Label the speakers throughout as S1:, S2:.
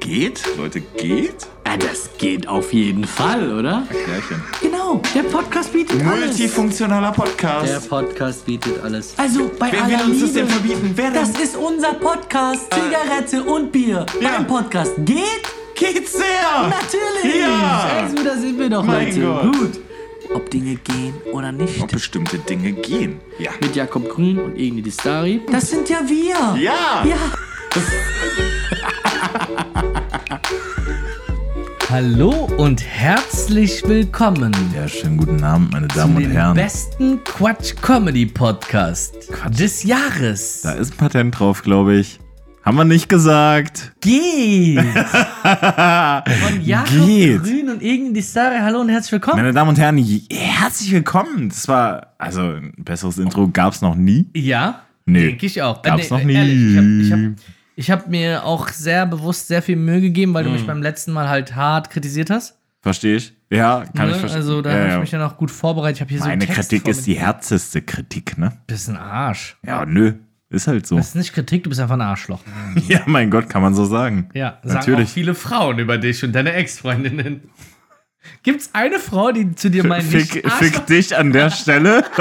S1: Geht? Leute, geht?
S2: Ja, das geht auf jeden Fall, oder?
S1: Klärchen.
S2: Genau, der Podcast bietet alles.
S1: Multifunktionaler
S3: Der
S1: Podcast.
S3: Podcast bietet alles.
S2: Also bei
S1: Wer
S2: aller
S1: will uns
S2: Liebe,
S1: das denn verbieten? Wer denn?
S2: Das ist unser Podcast, Zigarette und Bier.
S1: ja.
S2: Beim Podcast geht
S1: Geht's sehr!
S2: natürlich.
S1: Ja!
S2: Also da sind wir doch
S1: Mein
S2: heute.
S1: Gott.
S2: Gut. Ob Dinge gehen oder nicht.
S1: Ob bestimmte Dinge gehen. Ja.
S3: Mit Jakob Grün und Egni Distari.
S2: Das sind ja wir.
S1: Ja!
S2: Ja.
S3: Hallo und herzlich willkommen
S1: Ja, schönen guten Abend, meine Damen
S3: zu dem besten Quatsch-Comedy-Podcast des Jahres.
S1: Da ist ein Patent drauf, glaube ich. Haben wir nicht gesagt.
S3: Geht! Von Jakob
S1: Geht.
S3: Grün und Egni Distari. Hallo und herzlich willkommen.
S1: Meine Damen und Herren, j- herzlich willkommen. Das war, also ein besseres Intro gab's noch nie.
S3: Ja,
S1: Nee.
S3: denke ich auch. Äh,
S1: Gab's noch nie.
S3: Ehrlich, ich habe ich hab, ich hab mir auch sehr bewusst sehr viel Mühe gegeben, weil du
S1: Mm.
S3: mich beim letzten Mal halt hart kritisiert hast.
S1: Verstehe ich? Ja, kann
S3: ne?
S1: ich verstehen.
S3: Also da
S1: ja,
S3: habe ich
S1: ja.
S3: mich dann auch gut vorbereitet. Ich habe hier so einen
S1: Meine
S3: Text
S1: Kritik
S3: vor
S1: ist
S3: mir.
S1: die härteste Kritik, ne?
S3: Bist ein Arsch.
S1: Ja, nö. Ist halt so.
S3: Das ist nicht Kritik, du bist einfach ein Arschloch.
S1: Ja, mein Gott, kann man so sagen.
S3: Ja, sagen
S1: natürlich.
S3: auch viele Frauen über dich und deine Ex-Freundinnen. Gibt's eine Frau, die zu dir meint,
S1: Fick,
S3: nicht Arschloch?
S1: fick dich an der Stelle.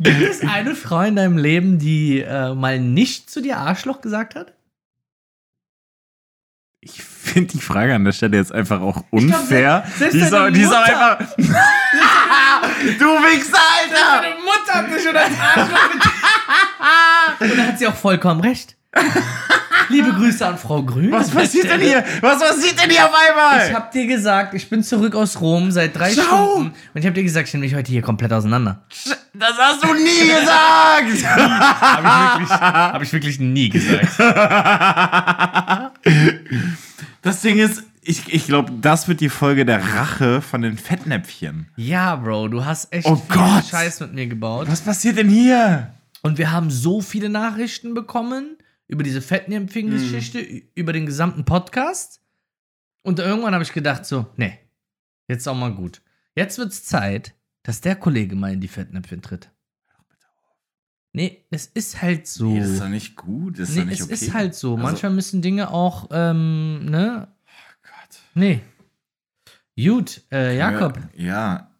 S3: Gibt es eine Frau in deinem Leben, die äh, mal nicht zu dir Arschloch gesagt hat?
S1: Ich finde die Frage an der Stelle jetzt einfach auch
S3: glaub,
S1: unfair.
S3: se- selbst
S1: die ist auch,
S3: deine
S1: die ist auch
S3: Mutter-
S1: einfach. du Wichser, Alter!
S3: Mutter hat mich unter das Arschloch getan. Und da hat sie auch vollkommen recht. Liebe Grüße an Frau Grün.
S1: Was passiert denn hier? Was passiert denn hier auf einmal?
S3: Ich hab dir gesagt, ich bin zurück aus Rom seit drei
S1: Schau.
S3: Stunden. Und ich hab dir gesagt, ich nehme mich heute hier komplett auseinander.
S1: das hast du nie gesagt!
S3: Habe ich, hab ich wirklich nie gesagt.
S1: das Ding ist, ich, ich glaube, das wird die Folge der Rache von den Fettnäpfchen.
S3: Ja, Bro, du hast echt
S1: Oh
S3: viel
S1: Gott.
S3: Scheiß mit mir gebaut.
S1: Was passiert denn hier?
S3: Und wir haben so viele Nachrichten bekommen über diese
S1: Mhm.
S3: Fettnäpfchen-Geschichte, ü- über den gesamten Podcast. Und irgendwann habe ich gedacht so, nee, jetzt auch mal gut. Jetzt wird's Zeit, dass der Kollege mal in die Fettnäpfchen tritt. Nee, es ist halt so.
S1: Nee, das ist doch nicht gut. Das ist
S3: Nee,
S1: doch nicht
S3: es
S1: okay.
S3: ist halt so.
S1: Also-
S3: Manchmal müssen Dinge auch, ähm, ne?
S1: Oh Gott.
S3: Nee. Gut, äh, Jakob,
S1: Ja,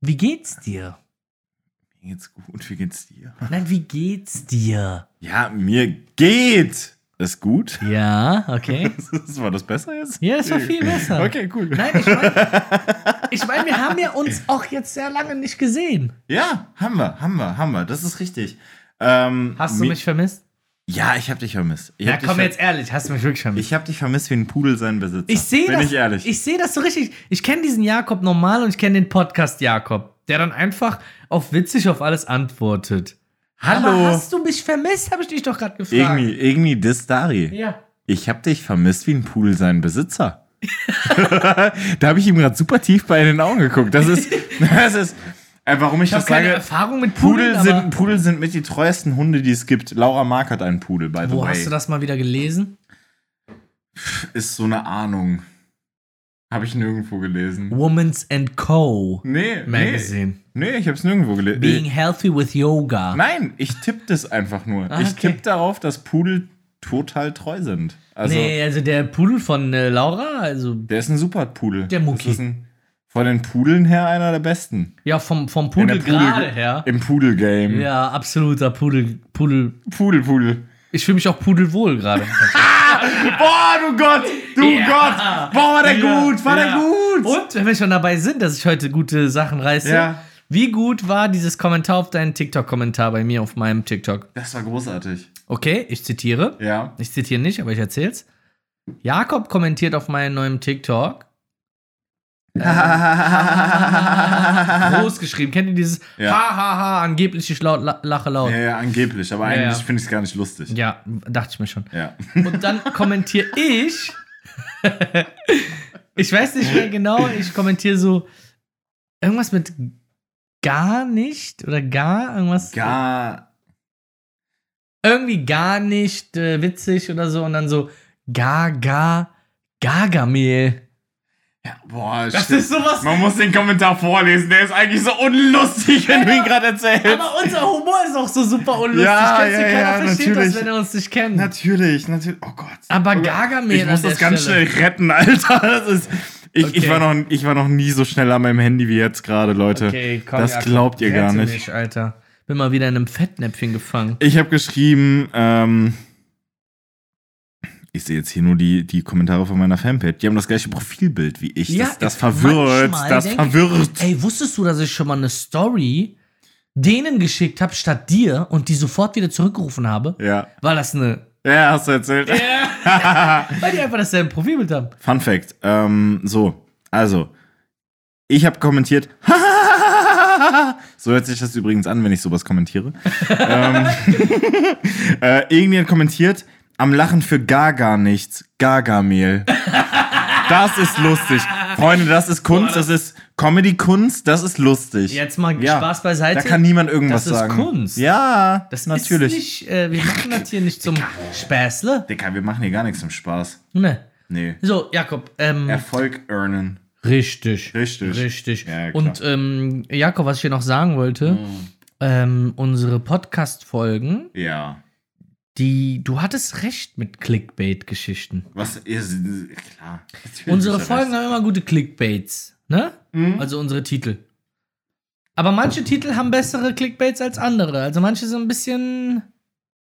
S3: wie geht's dir?
S1: mir geht's gut. Wie geht's dir?
S3: Nein, wie geht's dir?
S1: Ja, mir geht es gut.
S3: Ja, okay.
S1: Das war das besser jetzt?
S3: Ja, das war viel besser.
S1: Okay, cool.
S3: Nein, ich meine, ich mein, wir haben ja uns auch jetzt sehr lange nicht gesehen.
S1: Ja, haben wir, haben wir, haben wir. Das ist richtig. Ähm,
S3: Hast du
S1: mi-
S3: mich vermisst?
S1: Ja, ich hab dich vermisst. Ich
S3: Ja,
S1: hab dich
S3: komm
S1: ver-
S3: jetzt ehrlich, hast du mich wirklich vermisst?
S1: Ich hab dich vermisst wie ein Pudel seinen Besitzer.
S3: Ich sehe
S1: Bin
S3: das.
S1: ich ehrlich.
S3: sehe das so richtig. Ich kenne diesen Jakob normal und ich kenne den Podcast Jakob, der dann einfach auf witzig auf alles antwortet. Aber
S1: Hallo.
S3: hast du mich vermisst? Habe ich dich doch gerade gefragt.
S1: Irgendwie, irgendwie Distari.
S3: Ja.
S1: Ich hab dich vermisst wie ein Pudel seinen Besitzer. da habe ich ihm gerade super tief bei den Augen geguckt. Das ist, das ist, äh, warum ich,
S3: Ich habe
S1: das
S3: keine
S1: sage.
S3: Erfahrung mit Pudeln,
S1: Pudel sind,
S3: aber
S1: Pudel sind mit die treuesten Hunde, die es gibt. Laura Mark hat einen Pudel, by the
S3: wo
S1: way.
S3: hast du das mal wieder gelesen?
S1: Ist so eine Ahnung. Habe ich nirgendwo gelesen.
S3: Women's and Co.
S1: Nee, nee,
S3: Magazine.
S1: nee, ich habe es nirgendwo
S3: Being
S1: gelesen.
S3: healthy with yoga.
S1: Nein, ich tippe das einfach nur.
S3: Ah,
S1: Ich
S3: okay.
S1: tippe darauf, dass Pudel total treu sind. Also,
S3: nee, also der Pudel von äh, Laura, also
S1: der ist ein super Pudel.
S3: Der Mucki.
S1: Das ist ein, von den Pudeln her einer der besten.
S3: ja vom, vom
S1: In
S3: Pudel
S1: der Pudel-
S3: gerade her.
S1: Im Pudel-Game.
S3: Ja, absoluter Pudel, Pudel.
S1: Pudel, Pudel.
S3: Ich fühle mich auch pudelwohl gerade.
S1: Boah, du Gott! Du
S3: Ja.
S1: Gott! Boah, war der
S3: Ja,
S1: gut! War
S3: ja.
S1: der gut!
S3: Und wenn wir schon dabei sind, dass ich heute gute Sachen reiße,
S1: Ja.
S3: wie gut war dieses Kommentar auf deinen TikTok-Kommentar bei mir auf meinem TikTok?
S1: Das war großartig.
S3: Okay, ich zitiere.
S1: Ja.
S3: Ich zitiere nicht, aber ich erzähl's. Jakob kommentiert auf meinem neuen TikTok. Groß geschrieben. Kennt ihr dieses
S1: Ja.
S3: Ha ha ha, angeblich ich laut, la- lache laut?
S1: Ja, ja, angeblich, aber
S3: Ja,
S1: eigentlich
S3: ja.
S1: finde ich es gar nicht lustig.
S3: Ja, dachte ich mir schon.
S1: Ja.
S3: Und dann kommentiere ich. ich weiß nicht mehr genau, ich kommentiere so irgendwas mit gar nicht oder gar irgendwas.
S1: Gar.
S3: Irgendwie gar nicht äh, witzig oder so und dann so gar, gar, Gargamel.
S1: Boah,
S3: Das
S1: shit.
S3: ist sowas.
S1: Man muss den Kommentar vorlesen, der ist eigentlich so unlustig, wenn du ihn gerade erzählst.
S3: Aber unser Humor ist auch so super unlustig.
S1: Ja,
S3: Kannst
S1: ja,
S3: du keiner
S1: ja,
S3: versteht
S1: natürlich.
S3: das, wenn er uns nicht kennt.
S1: Natürlich, natürlich. Oh Gott.
S3: Aber Gargamel
S1: Ich
S3: an
S1: muss
S3: der
S1: das ganz
S3: Stelle.
S1: schnell retten, Alter. Das ist, ich, ich,
S3: Okay.
S1: war noch, ich war noch nie so schnell an meinem Handy wie jetzt gerade, Leute.
S3: Okay, komm,
S1: das
S3: Jakob,
S1: glaubt ihr gar
S3: rette
S1: nicht.
S3: mich, Alter. Bin mal wieder in einem Fettnäpfchen gefangen.
S1: Ich habe geschrieben, ähm, ich sehe jetzt hier nur die, die Kommentare von meiner Fanpage. Die haben das gleiche Profilbild wie ich.
S3: Ja,
S1: das, das verwirrt,
S3: manchmal
S1: das
S3: denk-
S1: verwirrt.
S3: Ey, wusstest du, dass ich schon mal eine Story denen geschickt habe statt dir und die sofort wieder zurückgerufen habe?
S1: Ja.
S3: War das eine.
S1: ja, hast du erzählt.
S3: Weil die einfach dasselbe Profilbild haben.
S1: Fun Fact. Ähm, so, also, ich habe kommentiert. so hört sich das übrigens an, wenn ich sowas kommentiere. ähm, äh, irgendjemand kommentiert, am Lachen für gar gar nichts, Gargamel. Das ist lustig. Freunde, das ist Kunst, das ist Comedy-Kunst, das ist lustig.
S3: Jetzt mal
S1: Ja,
S3: Spaß beiseite.
S1: Da kann niemand irgendwas
S3: das ist
S1: sagen.
S3: Kunst.
S1: Ja,
S3: das
S1: natürlich.
S3: ist nicht. Äh, wir machen das hier nicht zum Späßle.
S1: Dicker, wir machen hier gar nichts im Spaß.
S3: Ne.
S1: Nee.
S3: So, Jakob. Ähm,
S1: Erfolg earnen.
S3: Richtig.
S1: Richtig.
S3: Richtig.
S1: Ja, klar. Mhm.
S3: Und ähm, Jakob, was ich hier noch sagen wollte, ähm, unsere Podcast-Folgen,
S1: Ja.
S3: die, du hattest recht mit Clickbait-Geschichten.
S1: Was ist. Klar. Natürlich
S3: Unsere
S1: ist Hm? er
S3: Folgen
S1: recht.
S3: haben immer gute Clickbaits, ne? Also unsere Titel. Aber manche Titel haben bessere Clickbaits als andere. Also manche sind ein bisschen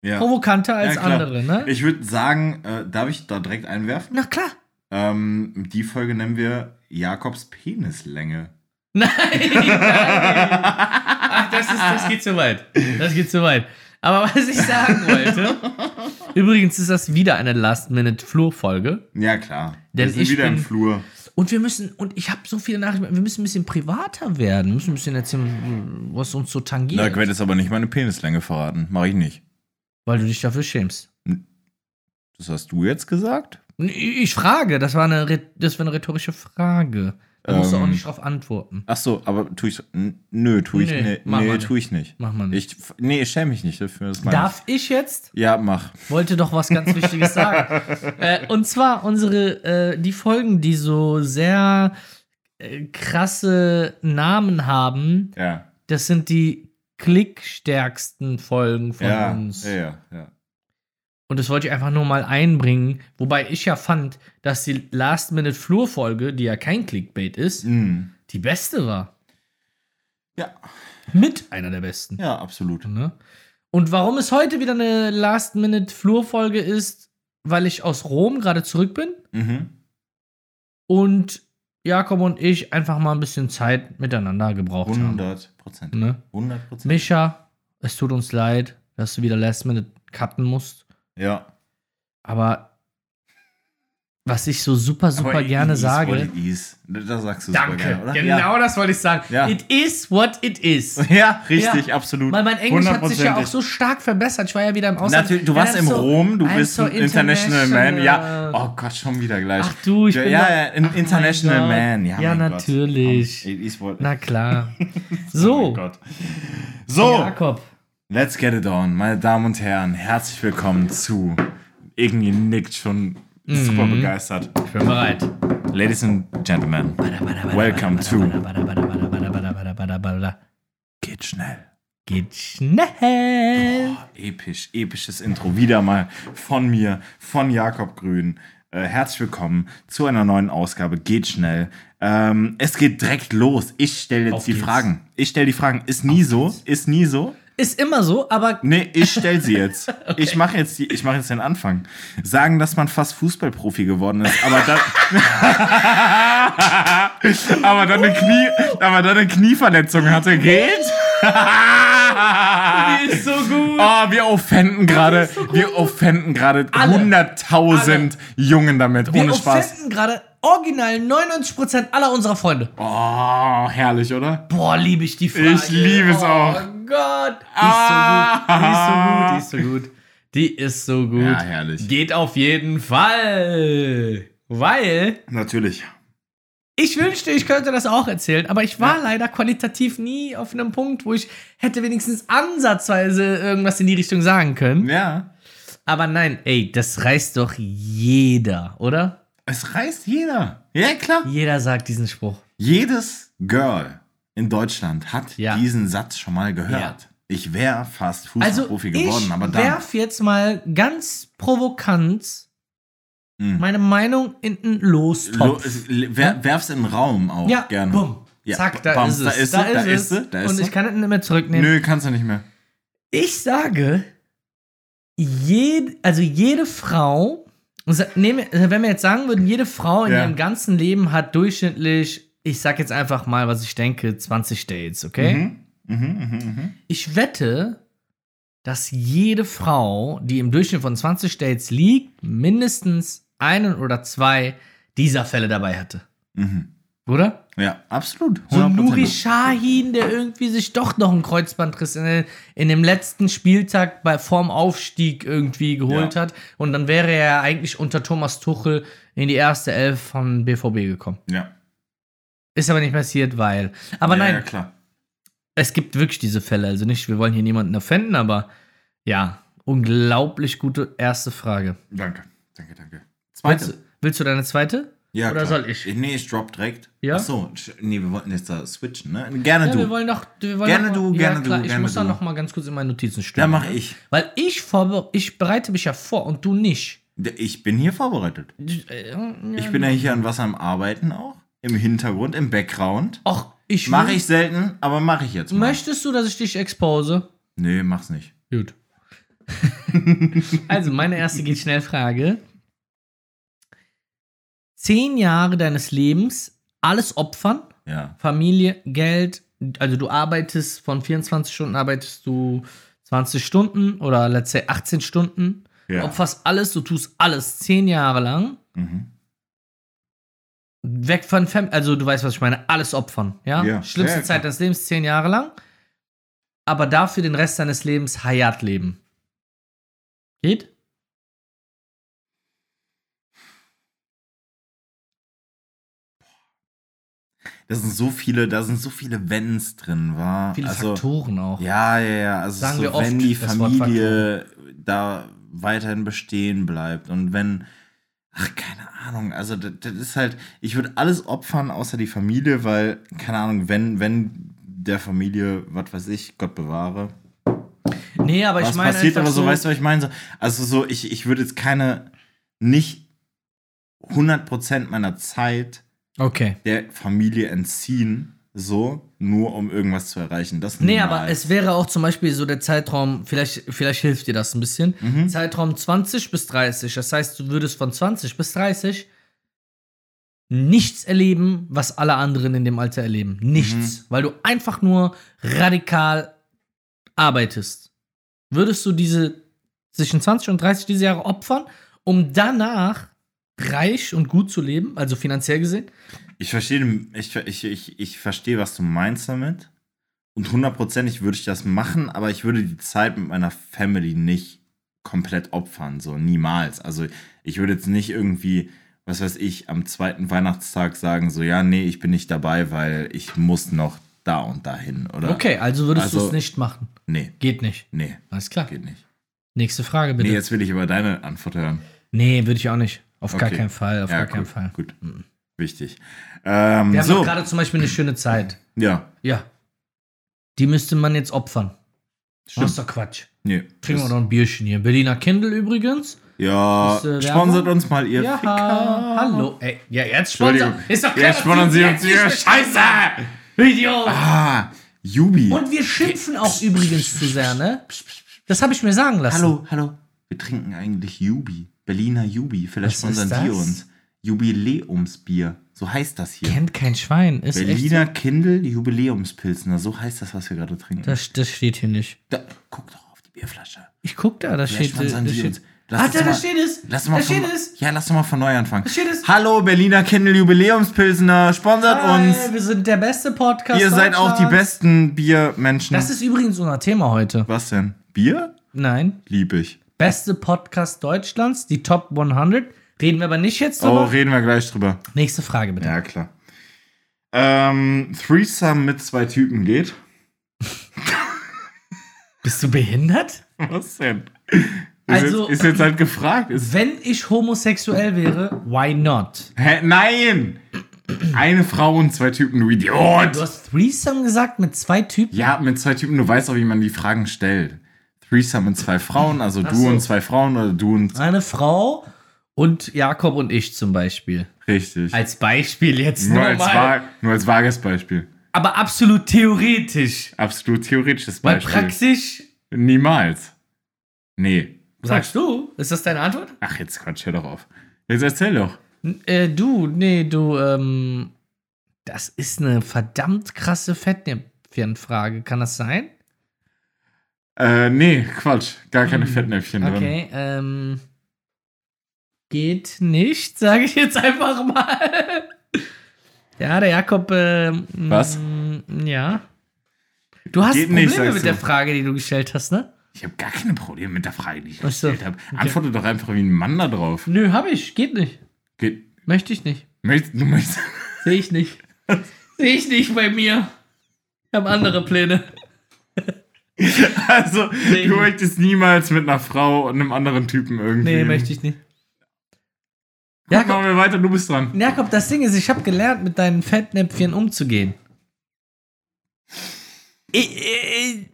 S1: Ja.
S3: provokanter als
S1: Ja, klar.
S3: andere, ne?
S1: Ich würde sagen, äh, darf ich da direkt einwerfen?
S3: Na klar.
S1: Ähm, die Folge nennen wir Jakobs Penislänge.
S3: Nein, nein. Ach, Ah, das, ist, das geht zu weit. Das geht zu weit. Aber was ich sagen wollte, übrigens ist das wieder eine Last-Minute-Flur-Folge.
S1: Ja, klar.
S3: Denn
S1: wir sind
S3: ich
S1: wieder im
S3: bin-
S1: Flur.
S3: Und wir müssen, und ich habe so viele Nachrichten, wir müssen ein bisschen privater werden, wir müssen ein bisschen erzählen, was uns so tangiert,
S1: jetzt aber nicht meine Penislänge verraten. Mach ich nicht.
S3: weil du dich dafür schämst.
S1: Das hast du jetzt gesagt?
S3: Ich frage, das war eine, rhet- das war eine rhetorische Frage. Da musst du auch
S1: Ähm.
S3: nicht drauf antworten.
S1: Ach so, aber tu ich. n- Nö, tu ich.
S3: Nee,
S1: Nee,
S3: mach
S1: nee
S3: mal
S1: tu ich nicht.
S3: Mach mal nicht.
S1: Ich, f- nee, ich schäme mich nicht dafür. Das meine
S3: Darf ich jetzt?
S1: Ich. Ja, mach.
S3: wollte doch was ganz Wichtiges sagen. äh, und zwar unsere, äh, die Folgen, die so sehr äh, krasse Namen haben,
S1: Ja.
S3: das sind die klickstärksten Folgen von
S1: Ja.
S3: uns.
S1: Ja, ja, ja.
S3: Und das wollte ich einfach nur mal einbringen, wobei ich ja fand, dass die Last-Minute-Flur-Folge, die ja kein Clickbait ist,
S1: Mhm.
S3: die beste war.
S1: Ja.
S3: Mit einer der besten.
S1: Ja, absolut.
S3: Ne? Und warum es heute wieder eine Last-Minute-Flur-Folge ist, weil ich aus Rom gerade zurück bin
S1: Mhm.
S3: und Jakob und ich einfach mal ein bisschen Zeit miteinander gebraucht haben.
S1: 100 Prozent.
S3: Ne?
S1: 100 Prozent.
S3: Micha, es tut uns leid, dass du wieder Last Minute cutten musst,
S1: Ja.
S3: aber was ich so super, super
S1: Aber
S3: gerne
S1: it is what
S3: sage.
S1: it is. Da sagst du
S3: Danke,
S1: super gerne, oder?
S3: genau das wollte ich sagen.
S1: Ja.
S3: It is what it is.
S1: Ja, ja richtig, absolut.
S3: Weil mein Englisch hat sich ja auch
S1: Hundertprozentig.
S3: so stark verbessert. Ich war ja wieder im Ausland.
S1: Natürlich, du
S3: And
S1: warst
S3: I'm
S1: im
S3: so-
S1: Rom, du
S3: I'm
S1: bist
S3: so
S1: ein international, Man. Ja.
S3: international.
S1: Oh Gott, schon wieder gleich.
S3: Ach du, ich
S1: ja,
S3: bin
S1: ja,
S3: da-
S1: ja, ein
S3: Ach mein
S1: International
S3: Gott.
S1: Man. Ja,
S3: Ja,
S1: mein
S3: natürlich.
S1: Gott. It is what
S3: Na klar. So,
S1: Oh Gott. So,
S3: Jakob.
S1: let's get it on. Meine Damen und Herren, herzlich willkommen zu. Irgendwie nickt schon
S3: Mhm.
S1: super begeistert.
S3: Ich bin bereit.
S1: Ladies and Gentlemen, welcome to. Geht schnell.
S3: Geht schnell.
S1: Ah, Episch, episches Intro. Wieder mal von mir, von Jakob Grün. Äh, herzlich willkommen zu einer neuen Ausgabe. Geht schnell. Ähm, es geht direkt los. Ich stelle jetzt
S3: Auf
S1: die
S3: geht's.
S1: Fragen. Ich stelle die Fragen. Ist nie so. Ist nie so.
S3: Ist immer so, aber
S1: Nee, ich stelle sie jetzt. Ich mache jetzt, die- ich mach jetzt den Anfang. Sagen, dass man fast Fußballprofi geworden ist, aber dann. aber, dann eine Knie, aber dann eine Knieverletzung hatte. Geht? Ah.
S3: ist so gut.
S1: Oh, wir offenden gerade, wir offenden gerade 100.000 Jungen damit,
S3: Wir
S1: ohne Spaß.
S3: offenden gerade original 99% aller unserer Freunde.
S1: Oh, herrlich, oder?
S3: Boah, liebe ich die Frage.
S1: Ich liebe es auch.
S3: Oh Gott. Ah. Die ist so gut. Die ist so gut. Die ist so gut. Die ist so gut.
S1: Ja, herrlich.
S3: Geht auf jeden Fall. Weil
S1: Natürlich.
S3: Ich wünschte, ich könnte das auch erzählen, aber ich war leider qualitativ nie auf einem Punkt, wo ich hätte wenigstens ansatzweise irgendwas in die Richtung sagen können.
S1: Ja.
S3: Aber nein, ey, das reißt doch jeder, oder?
S1: Es reißt jeder. Ja, klar.
S3: Jeder sagt diesen Spruch.
S1: Jedes Girl in Deutschland hat
S3: Ja.
S1: diesen Satz schon mal gehört.
S3: Ja.
S1: Ich wäre fast
S3: Also,
S1: Fußballprofi
S3: ich
S1: geworden, aber dann.
S3: werf jetzt mal ganz provokant
S1: Hm.
S3: meine Meinung in den Lostopf.
S1: Lo- wer, werf's in den Raum auch
S3: ja,
S1: gerne.
S3: bumm.
S1: Ja,
S3: Zack, da
S1: bam,
S3: ist es.
S1: da ist sie, da ist sie, da ist
S3: Und
S1: sie.
S3: ich kann es nicht mehr zurücknehmen.
S1: Nö, kannst du nicht mehr.
S3: Ich sage, jed, also jede Frau, sa- nehmen wir- wenn wir jetzt sagen würden, jede Frau in
S1: Ja.
S3: ihrem ganzen Leben hat durchschnittlich, ich sag jetzt einfach mal, was ich denke, 20 Dates, okay?
S1: Mhm. Mhm, mhm, mhm.
S3: Ich wette, dass jede Frau, die im Durchschnitt von 20 Dates liegt, mindestens einen oder zwei dieser Fälle dabei hatte.
S1: Mhm.
S3: Oder?
S1: Ja, absolut.
S3: So ein
S1: 100%.
S3: Nuri Shahin, der irgendwie sich doch noch einen Kreuzbandriss in, den- in dem letzten Spieltag bei vorm Aufstieg irgendwie geholt
S1: Ja.
S3: hat. Und dann wäre er eigentlich unter Thomas Tuchel in die erste Elf von BVB gekommen.
S1: Ja.
S3: Ist aber nicht passiert, weil. Aber
S1: ja,
S3: nein,
S1: Ja, klar.
S3: es gibt wirklich diese Fälle. Also nicht, wir wollen hier niemanden erfinden, aber ja, unglaublich gute erste Frage.
S1: Danke. Danke, danke.
S3: Willst,
S1: Zweite.
S3: du- willst du deine zweite?
S1: Ja,
S3: oder
S1: klar.
S3: soll ich?
S1: Nee, ich drop direkt.
S3: Ja?
S1: Ach so, sch- nee, wir wollten jetzt da switchen, ne? Gerne
S3: Ja,
S1: du.
S3: wir wollen doch. Wir wollen
S1: Gerne
S3: noch mal,
S1: du, gerne
S3: ja, klar,
S1: du,
S3: Ich
S1: gerne
S3: muss da
S1: du.
S3: noch mal ganz kurz in meine Notizen stellen.
S1: ja, mach ich.
S3: Weil ich, vorbe ich bereite mich ja vor und du nicht.
S1: Ich bin hier vorbereitet.
S3: Äh, ja.
S1: Ich bin ja hier an was am Arbeiten auch. Im Hintergrund, im Background.
S3: Och, ich
S1: Mache
S3: will-
S1: ich selten, aber mache ich jetzt mal.
S3: Möchtest du, dass ich dich expose?
S1: Nee, mach's nicht.
S3: Gut. also, meine erste geht schnell Frage. Zehn Jahre deines Lebens, alles opfern,
S1: Ja.
S3: Familie, Geld, also du arbeitest von 24 Stunden, arbeitest du 20 Stunden oder let's say 18 Stunden,
S1: Ja.
S3: opferst alles, du tust alles zehn Jahre lang.
S1: Mhm.
S3: Weg von Fam also du weißt, was ich meine, alles opfern, ja?
S1: Ja.
S3: Schlimmste
S1: Ja, ja,
S3: Zeit
S1: klar.
S3: deines Lebens, zehn Jahre lang, aber dafür den Rest deines Lebens Hayat leben. Geht?
S1: Das sind so viele, da sind so viele Wenns drin, war.
S3: Viele
S1: also,
S3: Faktoren auch.
S1: Ja, ja, ja. Also
S3: Sagen
S1: so,
S3: wir oft
S1: wenn die
S3: das Wort
S1: Familie da weiterhin bestehen bleibt und wenn. Ach, keine Ahnung. Also, das, das ist halt. Ich würde alles opfern, außer die Familie, weil, keine Ahnung, wenn, wenn der Familie, was weiß ich, Gott bewahre,
S3: Nee, aber
S1: was
S3: ich meine
S1: passiert
S3: einfach
S1: aber so, weißt du, was ich meine? So, also so, ich, ich würde jetzt keine, nicht 100% meiner Zeit
S3: Okay.
S1: der Familie entziehen, so, nur um irgendwas zu erreichen. Das
S3: Nee,
S1: niemals.
S3: aber es wäre auch zum Beispiel so der Zeitraum, vielleicht, vielleicht hilft dir das ein bisschen,
S1: Mhm.
S3: Zeitraum 20 bis 30. Das heißt, du würdest von 20 bis 30 nichts erleben, was alle anderen in dem Alter erleben.
S1: Mhm.
S3: Nichts. Weil du einfach nur radikal arbeitest. Würdest du diese zwischen 20 und 30 diese Jahre opfern, um danach reich und gut zu leben, also finanziell gesehen?
S1: Ich verstehe, ich, ich, ich, ich verstehe, was du meinst damit. Und hundertprozentig würde ich das machen, aber ich würde die Zeit mit meiner Family nicht komplett opfern, so niemals. Also ich würde jetzt nicht irgendwie, was weiß ich, am zweiten Weihnachtstag sagen, so ja, nee, ich bin nicht dabei, weil ich muss noch da und dahin, oder?
S3: Okay, also würdest du
S1: Also-
S3: es nicht machen.
S1: Nee,
S3: Geht nicht.
S1: nee,
S3: Alles klar.
S1: geht nicht.
S3: Nächste Frage bitte.
S1: Nee, jetzt will ich aber deine Antwort hören.
S3: Nee, würde ich auch nicht. Auf gar
S1: Okay.
S3: keinen Fall, auf gar
S1: gut,
S3: keinen Fall. Mhm.
S1: Gut, wichtig. Ähm,
S3: Wir haben doch
S1: so,
S3: gerade zum Beispiel eine schöne Zeit.
S1: ja,
S3: Ja. Die müsste man jetzt opfern. Das
S1: stimmt.
S3: ist doch Quatsch.
S1: Nee, das-
S3: Trinken wir doch ein Bierchen hier. Berliner Kindle übrigens.
S1: Ja,
S3: Ist, äh,
S1: sponsert
S3: Werbung?
S1: uns mal, ihr
S3: Ja,
S1: Ficker.
S3: hallo. Ey, ja, jetzt
S1: Entschuldigung.
S3: sponsern. Ist doch klar,
S1: Jetzt
S3: dass
S1: sponsern
S3: die
S1: sie uns
S3: jetzt
S1: hier.
S3: nicht sponsern.
S1: Scheiße!
S3: Idiot.
S1: Ah, Jubi.
S3: Und wir schimpfen auch übrigens zu sehr, ne? Das habe ich mir sagen lassen.
S1: hallo, hallo. Wir trinken eigentlich Jubi. Berliner Jubi. Vielleicht
S3: Was
S1: sponsern
S3: ist
S1: die
S3: das?
S1: uns. Jubiläumsbier. So heißt das hier.
S3: Kennt kein Schwein. Ist echt.
S1: Berliner Kindle Jubiläumspilsner. So heißt das, was wir gerade trinken.
S3: Das, das steht hier nicht.
S1: Da- guck doch auf die Bierflasche.
S3: Ich guck da, da
S1: Vielleicht
S3: steht.
S1: sponsern
S3: da
S1: die uns.
S3: steht
S1: Lass uns
S3: Alter, Ah, da
S1: mal-
S3: steht es.
S1: Lass doch mal
S3: da
S1: von,
S3: steht es.
S1: ja, lass doch mal von neu anfangen.
S3: steht es.
S1: Hallo, Berliner Kindle Jubiläumspilsner. Sponsert
S3: Hi,
S1: uns.
S3: Wir sind der beste Podcast.
S1: Ihr seid auch die
S3: Deutschlands.
S1: besten Biermenschen.
S3: Das ist übrigens unser Thema heute.
S1: Was denn? Bier?
S3: Nein.
S1: Lieb ich.
S3: Beste Podcast Deutschlands, die Top 100. Reden wir aber nicht jetzt drüber.
S1: Oh, reden wir gleich drüber.
S3: Nächste Frage bitte.
S1: Ja, klar. Ähm, Threesome mit zwei Typen geht.
S3: Bist du behindert?
S1: Was denn? Ist,
S3: Also-
S1: jetzt, ist jetzt halt gefragt. Ist,
S3: Wenn ich homosexuell wäre, why not?
S1: hä, nein! eine Frau und zwei Typen, du Idiot!
S3: Du hast Threesome gesagt mit zwei Typen?
S1: Ja, mit zwei Typen, du weißt auch, wie man die Fragen stellt. Threesome mit zwei Frauen, also du
S3: so. Ah.
S1: und zwei Frauen oder du und.
S3: Eine Frau und Jakob und ich zum Beispiel.
S1: Richtig.
S3: Als Beispiel jetzt
S1: nur,
S3: nur
S1: als
S3: mal.
S1: wa- nur als vages Beispiel.
S3: Aber absolut theoretisch.
S1: Absolut theoretisches
S3: Weil
S1: Beispiel.
S3: praktisch,
S1: Niemals. Nee.
S3: sagst du, ist das deine Antwort?
S1: Ach, jetzt Quatsch, hör doch auf. Jetzt erzähl doch.
S3: N- Äh, du, nee, du, ähm, das ist eine verdammt krasse Fettnäpfchenfrage, kann das sein?
S1: Äh, nee, Quatsch. Gar keine Fettnäpfchen drin.
S3: Hm, Okay, ähm, geht nicht, sage ich jetzt einfach mal. Ja, der Jakob, ähm,
S1: Was?
S3: mm, Ja. Du hast
S1: Geht
S3: Probleme
S1: nicht, sagst
S3: mit
S1: du.
S3: der Frage, die du gestellt hast, ne?
S1: Ich habe gar keine Probleme mit der Frage, die ich
S3: Ach so.
S1: gestellt habe. Antworte doch einfach wie ein Mann da drauf.
S3: Nö, hab ich, geht nicht.
S1: Geht,
S3: Möchte ich nicht.
S1: möchtest, du möchtest.
S3: Sehe ich nicht. Sehe ich nicht bei mir. Ich habe andere Pläne.
S1: Also,
S3: Nee.
S1: du möchtest niemals mit einer Frau und einem anderen Typen irgendwie.
S3: Nee, möchte ich nicht.
S1: Ja,
S3: Jakob,
S1: machen wir weiter, du bist dran.
S3: Jakob, das Ding ist, ich habe gelernt, mit deinen Fettnäpfchen umzugehen. Ich, ich, ich-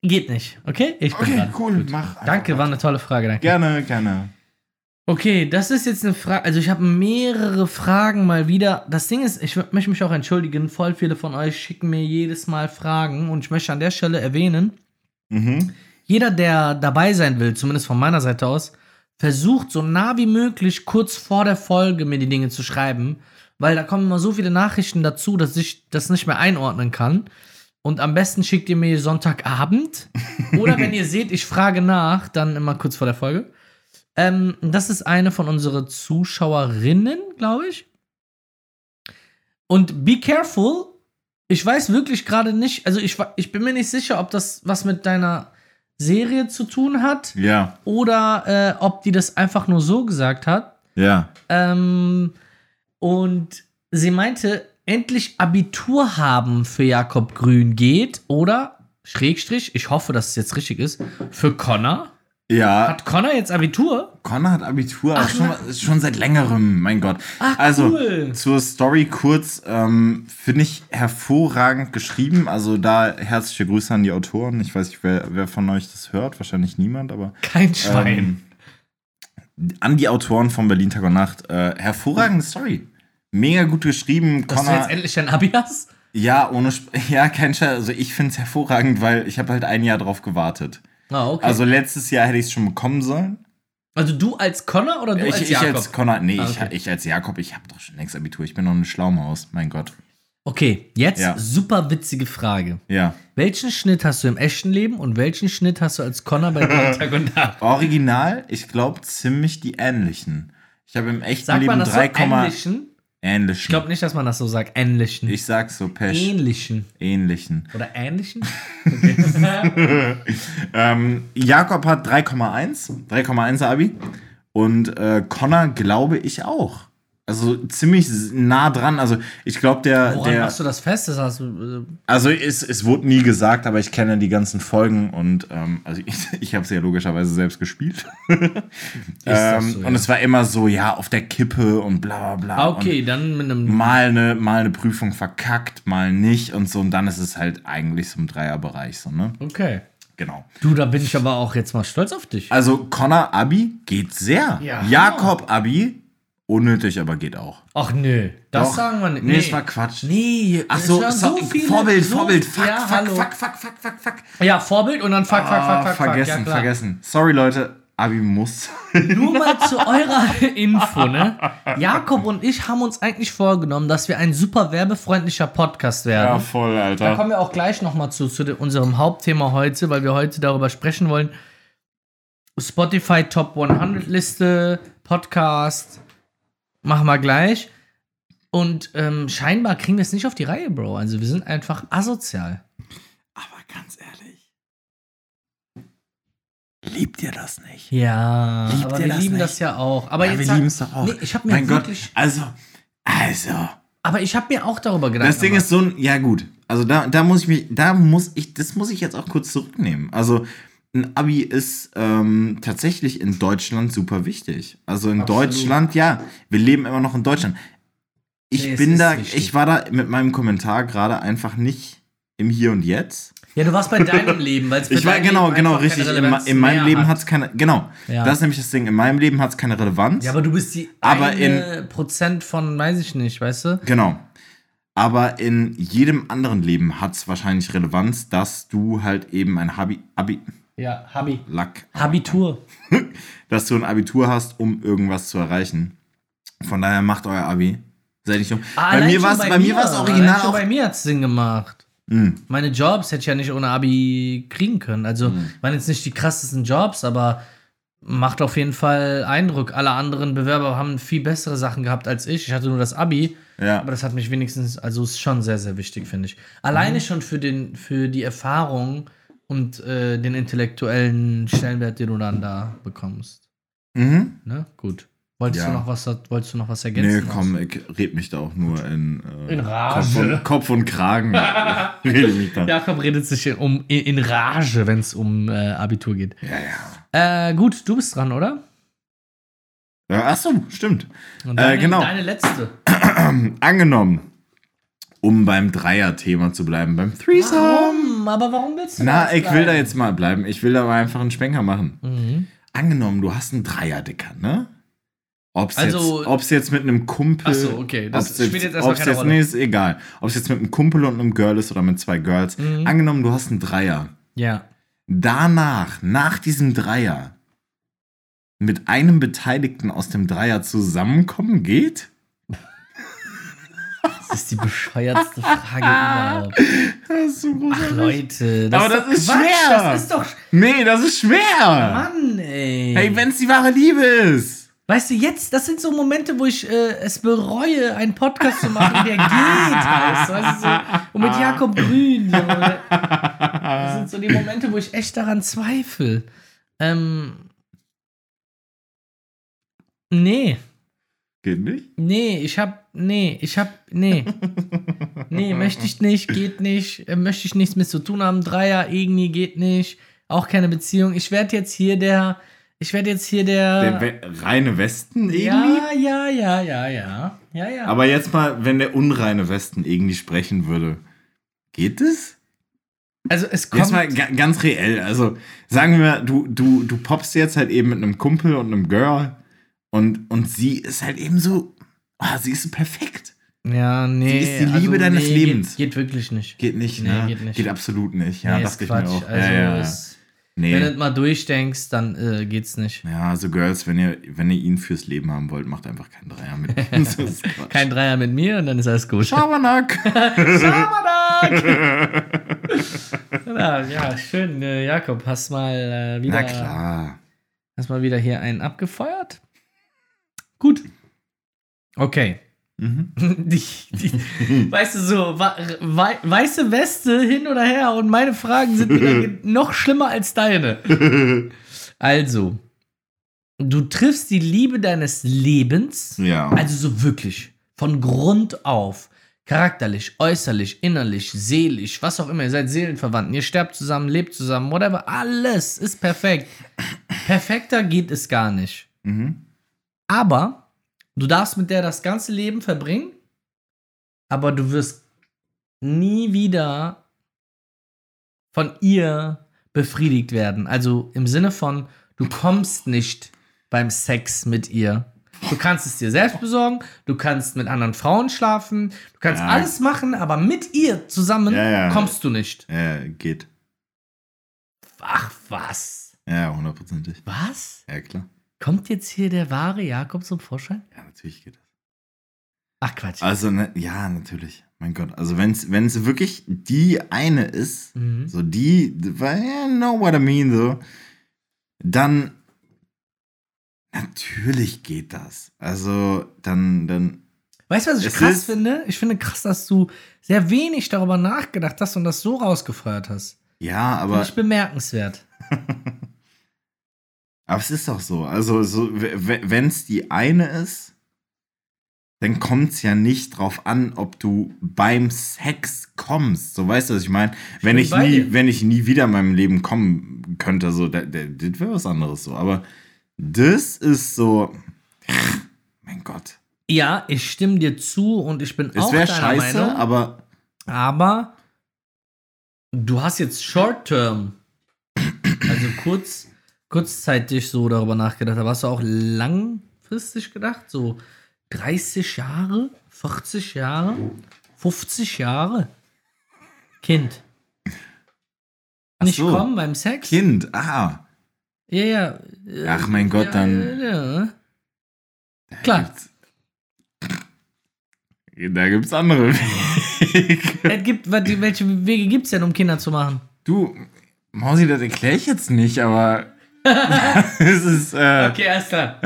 S3: geht nicht, okay? Ich bin dran.
S1: cool, mach.
S3: Danke, war eine tolle Frage, danke.
S1: Gerne, gerne.
S3: Okay, das ist jetzt eine Frage, also ich habe mehrere Fragen mal wieder. Das Ding ist, ich möchte mich auch entschuldigen, voll viele von euch schicken mir jedes Mal Fragen und ich möchte an der Stelle erwähnen,
S1: Mhm.
S3: jeder, der dabei sein will, zumindest von meiner Seite aus, versucht so nah wie möglich kurz vor der Folge mir die Dinge zu schreiben, weil da kommen immer so viele Nachrichten dazu, dass ich das nicht mehr einordnen kann. Und am besten schickt ihr mir Sonntagabend oder wenn ihr seht, ich frage nach, dann immer kurz vor der Folge. Ähm, das ist eine von unseren Zuschauerinnen, glaube ich. Und be careful. Ich weiß wirklich gerade nicht, also ich, wa- ich bin mir nicht sicher, ob das was mit deiner Serie zu tun hat
S1: Ja,
S3: oder äh, ob die das einfach nur so gesagt hat.
S1: ja.
S3: Ähm, und sie meinte, endlich Abitur haben für Jakob Grün geht oder, Schrägstrich, ich hoffe, dass es jetzt richtig ist, für Connor.
S1: Ja,
S3: Hat Connor jetzt Abitur?
S1: Connor hat Abitur, aber schon, schon seit längerem, mein Gott.
S3: Ach,
S1: also,
S3: cool.
S1: zur Story kurz, ähm, finde ich hervorragend geschrieben. Also, da herzliche Grüße an die Autoren. Ich weiß nicht, wer, wer von euch das hört, wahrscheinlich niemand, aber
S3: Kein Schwein.
S1: ähm, an die Autoren von Berlin Tag und Nacht. Äh, hervorragende Story. Mega gut geschrieben.
S3: Dass du jetzt
S1: Connor,
S3: endlich dein Abi hast?
S1: ja, ohne Sp ja, kein Scheiß. Also ich finde es hervorragend, weil ich habe halt ein Jahr drauf gewartet.
S3: Ah, okay.
S1: Also letztes Jahr hätte ich es schon bekommen sollen.
S3: Also du als Connor oder du
S1: ich,
S3: als
S1: ich
S3: Jakob?
S1: als Connor, nee,
S3: Ah, okay.
S1: ich, ich als Jakob, ich habe doch schon längst Abitur. Ich bin noch ein Schlaumaus, mein Gott.
S3: okay, jetzt
S1: Ja.
S3: super witzige Frage.
S1: Ja.
S3: Welchen Schnitt hast du im echten Leben und welchen Schnitt hast du als Connor bei Montag und Nacht?
S1: Original, ich glaube, ziemlich die ähnlichen. Ich habe im echten
S3: Sagt
S1: Leben
S3: man das so
S1: 3,
S3: ähnlichen?
S1: ähnlichen.
S3: Ich glaube nicht, dass man das so sagt. Ähnlichen.
S1: ich sag's so, Pesch.
S3: ähnlichen.
S1: Ähnlichen.
S3: Oder ähnlichen?
S1: Ähm, Jakob hat 3,1, 3,1 Abi. Und äh, Connor glaube ich auch. Also ziemlich nah dran. Also ich glaube, der,
S3: Woran
S1: der
S3: machst du das fest? Das hast du, äh,
S1: also es, es wurde nie gesagt, aber ich kenne die ganzen Folgen und ähm, also ich, ich habe sie ja logischerweise selbst gespielt.
S3: das
S1: ähm,
S3: so,
S1: Und
S3: ja.
S1: es war immer so, ja, auf der Kippe und bla bla bla.
S3: ah,
S1: Und
S3: okay, dann mit einem.
S1: mal eine, mal eine Prüfung verkackt, mal nicht und so. Und dann ist es halt eigentlich so im Dreierbereich, so, ne?
S3: Okay.
S1: Genau.
S3: Du, da bin ich aber auch jetzt mal stolz auf dich.
S1: Also Connor Abi geht sehr.
S3: Ja.
S1: Jakob Abi unnötig, aber geht auch.
S3: Ach nö, das
S1: Doch.
S3: sagen wir nicht.
S1: Nee, es war Quatsch.
S3: Nee,
S1: Ach
S3: es
S1: so,
S3: waren
S1: so,
S3: viele-
S1: Vorbild,
S3: so-
S1: Vorbild, fuck,
S3: ja,
S1: fuck,
S3: hallo.
S1: fuck, fuck, fuck, fuck, fuck.
S3: Ja, Vorbild und dann fuck, fuck, fuck,
S1: Ah,
S3: fuck, fuck.
S1: vergessen,
S3: ja, klar.
S1: vergessen. Sorry Leute, Abi muss.
S3: Nur mal zu eurer Info, ne? Jakob und ich haben uns eigentlich vorgenommen, dass wir ein super werbefreundlicher Podcast werden.
S1: voll,
S3: Da
S1: Alter.
S3: kommen wir auch gleich nochmal zu, zu de- unserem Hauptthema heute, weil wir heute darüber sprechen wollen. Spotify Top 100 Liste, Podcast, machen wir gleich. Und ähm, scheinbar kriegen wir es nicht auf die Reihe, Bro. Also wir sind einfach asozial.
S1: Aber ganz ehrlich, liebt ihr das nicht?
S3: Ja,
S1: Liebt
S3: aber
S1: ihr
S3: wir
S1: das
S3: lieben
S1: nicht?
S3: das ja auch. Aber
S1: Ja,
S3: jetzt
S1: wir
S3: sag-
S1: lieben es doch auch.
S3: Nee, ich habe mir
S1: mein Gott,
S3: wirklich, Genau,
S1: also, also.
S3: aber ich habe mir auch darüber gedacht.
S1: Das Ding ist so ein, ja gut, also da, da muss ich mich, da muss ich, das muss ich jetzt auch kurz zurücknehmen. Also ein Abi ist ähm, tatsächlich in Deutschland super wichtig. Also in Deutschland, ja, wir leben immer noch in Deutschland. ich
S3: Nee, es
S1: bin
S3: ist
S1: da,
S3: wichtig.
S1: ich war da mit meinem Kommentar gerade einfach nicht im Hier und Jetzt.
S3: Ja, du warst bei deinem Leben, weil es für
S1: Ich war
S3: dein
S1: genau,
S3: Leben
S1: genau,
S3: einfach keine
S1: richtig. In,
S3: Relevanz
S1: in meinem
S3: mehr
S1: Leben hat es keine, genau.
S3: Ja.
S1: Das ist nämlich das Ding. In meinem Leben hat es keine Relevanz.
S3: Ja, aber du bist die
S1: Aber
S3: eine Prozent von, weiß ich nicht, weißt du?
S1: Genau. Aber in jedem anderen Leben hat es wahrscheinlich Relevanz, dass du halt eben ein Habi, Abi,
S3: Ja, Habi.
S1: Lack,
S3: Habitur.
S1: dass du ein Abitur hast, um irgendwas zu erreichen. Von daher macht euer Abi. Seid nicht dumm. bei
S3: Ah, Allein
S1: mir
S3: schon
S1: war's- bei mir war es original
S3: Allein schon
S1: auch.
S3: bei mir hat es Sinn gemacht.
S1: Hm.
S3: Meine Jobs hätte ich ja nicht ohne Abi kriegen können. Also
S1: Hm.
S3: waren jetzt nicht die krassesten Jobs, aber macht auf jeden Fall Eindruck. Alle anderen Bewerber haben viel bessere Sachen gehabt als ich. Ich hatte nur das Abi,
S1: Ja.
S3: aber das hat mich wenigstens, also ist schon sehr, sehr wichtig, finde ich. Alleine schon für, den, für die Erfahrung und äh, den intellektuellen Stellenwert, den du dann da bekommst.
S1: Mhm.
S3: Ne? Gut. Wolltest,
S1: Ja.
S3: du noch was, wolltest du noch was
S1: Nee,
S3: ergänzen?
S1: komm, ich red mich da auch nur in, äh,
S3: In Rage.
S1: Kopf, und, Kopf und Kragen. rede mich da.
S3: Jakob redet sich um, in Rage, wenn es um äh, Abitur geht.
S1: ja. ja.
S3: Äh, gut, du bist dran, oder?
S1: Äh, Ach so, stimmt.
S3: Und
S1: Äh, genau.
S3: Deine letzte.
S1: Angenommen, um beim Dreier-Thema zu bleiben, beim Threesome.
S3: Warum? Aber warum willst du
S1: Na,
S3: das
S1: ich will
S3: bleiben?
S1: da jetzt mal bleiben. Ich will da mal einfach einen Schwenker machen.
S3: Mhm.
S1: Angenommen, du hast einen Dreier, Dicker, ne? Ob's,
S3: Also-
S1: jetzt, ob's jetzt mit einem Kumpel.
S3: Ach so, okay, das
S1: ob's
S3: spielt jetzt erstmal
S1: ob's
S3: keine
S1: jetzt,
S3: Rolle.
S1: Nee, ist egal. Ob's jetzt mit einem Kumpel und einem Girl ist oder mit zwei Girls.
S3: Mhm.
S1: Angenommen, du hast einen Dreier.
S3: Ja.
S1: Danach, nach diesem Dreier, mit einem Beteiligten aus dem Dreier zusammenkommen geht?
S3: Das ist die bescheuertste Frage überhaupt.
S1: Das ist so
S3: Ach,
S1: großartig.
S3: Leute,
S1: Aber
S3: doch
S1: das ist
S3: Quatsch,
S1: schwer.
S3: Das ist doch.
S1: Nee, das ist schwer.
S3: Mann, ey.
S1: Hey, wenn's die wahre Liebe ist.
S3: weißt du, jetzt, das sind so Momente, wo ich äh, es bereue, einen Podcast zu machen, der geht. Weißt, du, weißt du, so, und mit Jakob Grün. Junge. Das sind so die Momente, wo ich echt daran zweifle. Ähm. Nee.
S1: Geht nicht?
S3: Nee, ich hab, nee, ich hab, nee. nee, möchte ich nicht, geht nicht, äh, möchte ich nichts mit zu tun haben. Dreier, irgendwie geht nicht, auch keine Beziehung. Ich werde jetzt hier der, ich werde jetzt hier der,
S1: Der We reine Westen irgendwie?
S3: Äh. ja, ja, ja, ja, ja, ja, ja.
S1: Aber jetzt mal, wenn der unreine Westen irgendwie sprechen würde, geht es?
S3: also es kommt,
S1: Jetzt mal ga ganz reell. Also sagen wir, mal, du, du, du poppst jetzt halt eben mit einem Kumpel und einem Girl und, und sie ist halt eben so, ah, sie ist so perfekt.
S3: ja, nee.
S1: Sie ist die Liebe deines Lebens.
S3: Geht, geht wirklich nicht.
S1: Geht nicht,
S3: Nee,
S1: ne?
S3: geht nicht.
S1: absolut nicht. Ja,
S3: nee,
S1: dachte ich
S3: ist
S1: mir
S3: Quatsch.
S1: auch.
S3: Also
S1: ja, ja, ja.
S3: es- wenn du
S1: Nee.
S3: es mal durchdenkst, dann äh, geht's nicht.
S1: ja, also Girls, wenn ihr, wenn ihr ihn fürs Leben haben wollt, macht einfach keinen Dreier mit. Das ist Quatsch.
S3: Kein Dreier mit mir und dann ist alles gut.
S1: Schabernack.
S3: Schabernack! ja, ja, schön, äh, Jakob, hast mal äh,
S1: Na
S3: wieder,
S1: klar.
S3: hast mal wieder hier einen abgefeuert. Gut. Okay.
S1: Mhm.
S3: Die, die, weißt du so, wa- wei weiße Weste hin oder her und meine Fragen sind wieder ge- noch schlimmer als deine. Also, du triffst die Liebe deines Lebens.
S1: Ja.
S3: Also so wirklich. Von Grund auf. Charakterlich, äußerlich, innerlich, seelisch, was auch immer. Ihr seid Seelenverwandten. Ihr sterbt zusammen, lebt zusammen, whatever. Alles ist perfekt. Perfekter geht es gar nicht.
S1: Mhm.
S3: Aber du darfst mit der das ganze Leben verbringen, aber du wirst nie wieder von ihr befriedigt werden. Also im Sinne von, du kommst nicht beim Sex mit ihr. Du kannst es dir selbst besorgen, du kannst mit anderen Frauen schlafen, du kannst
S1: Ja.
S3: alles machen, aber mit ihr zusammen
S1: Ja, ja.
S3: kommst du nicht.
S1: Äh, geht.
S3: Ach was?
S1: Ja, hundertprozentig.
S3: Was?
S1: Ja, klar.
S3: Kommt jetzt hier der wahre Jakob zum Vorschein?
S1: Ja, natürlich geht das.
S3: Ach Quatsch.
S1: Also, ne, ja, natürlich. Mein Gott. Also, wenn es wirklich die eine ist,
S3: Mhm.
S1: so die, weil, yeah, know what I mean, so, dann natürlich geht das. Also, dann, dann,
S3: Weißt du, was ich
S1: Es
S3: krass
S1: ist-
S3: finde? Ich finde krass, dass du sehr wenig darüber nachgedacht hast und das so rausgefeuert hast.
S1: ja,
S3: Finde
S1: aber,
S3: ich bemerkenswert.
S1: aber es ist doch so. Also, so, wenn es die eine ist, dann kommt es ja nicht drauf an, ob du beim Sex kommst. So weißt du, was ich meine? Wenn
S3: bin
S1: ich
S3: bei
S1: nie,
S3: dir.
S1: wenn ich nie wieder in meinem Leben kommen könnte, so, da, da, das wäre was anderes so. Aber das ist so. Mein Gott.
S3: Ja, ich stimme dir zu und ich bin
S1: Es
S3: auch
S1: wäre
S3: deiner
S1: scheiße,
S3: Meinung.
S1: aber
S3: Aber du hast jetzt Short-Term, also kurz, kurzzeitig so darüber nachgedacht. Aber hast du auch langfristig gedacht? So 30 Jahre, 40 Jahre, 50 Jahre? Kind.
S1: Ach
S3: Nicht
S1: so.
S3: kommen beim Sex?
S1: Kind, ah.
S3: Ja, ja. äh,
S1: Ach mein Gott,
S3: ja,
S1: dann-
S3: Ja. Klar,
S1: Da gibt's andere Wege.
S3: es gibt, wat- welche Wege gibt es denn, um Kinder zu machen?
S1: Du, Mausi, das erkläre ich jetzt nicht, aber es ist. Äh,
S3: Okay, alles klar.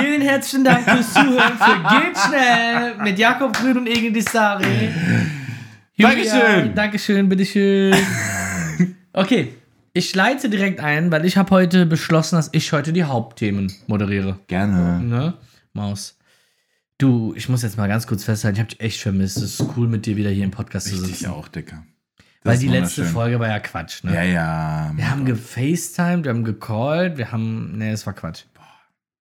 S3: Vielen herzlichen Dank fürs Zuhören für Geht schnell mit Jakob Grün und Egil Dissari.
S1: Dankeschön.
S3: Dankeschön, bitteschön. Okay, ich leite direkt ein, weil ich habe heute beschlossen, dass ich heute die Hauptthemen moderiere.
S1: Gerne.
S3: Ne? Maus. Du, ich muss jetzt mal ganz kurz festhalten, ich habe dich echt vermisst. Es ist cool, mit dir wieder hier im Podcast zu
S1: Richtig
S3: sitzen.
S1: auch, Dicker. Das
S3: Weil
S1: ist
S3: die letzte
S1: wunderschön.
S3: Folge war ja Quatsch, ne?
S1: Ja, ja.
S3: Wir haben gefacetimed, wir haben gecallt, wir haben. Nee, es war Quatsch.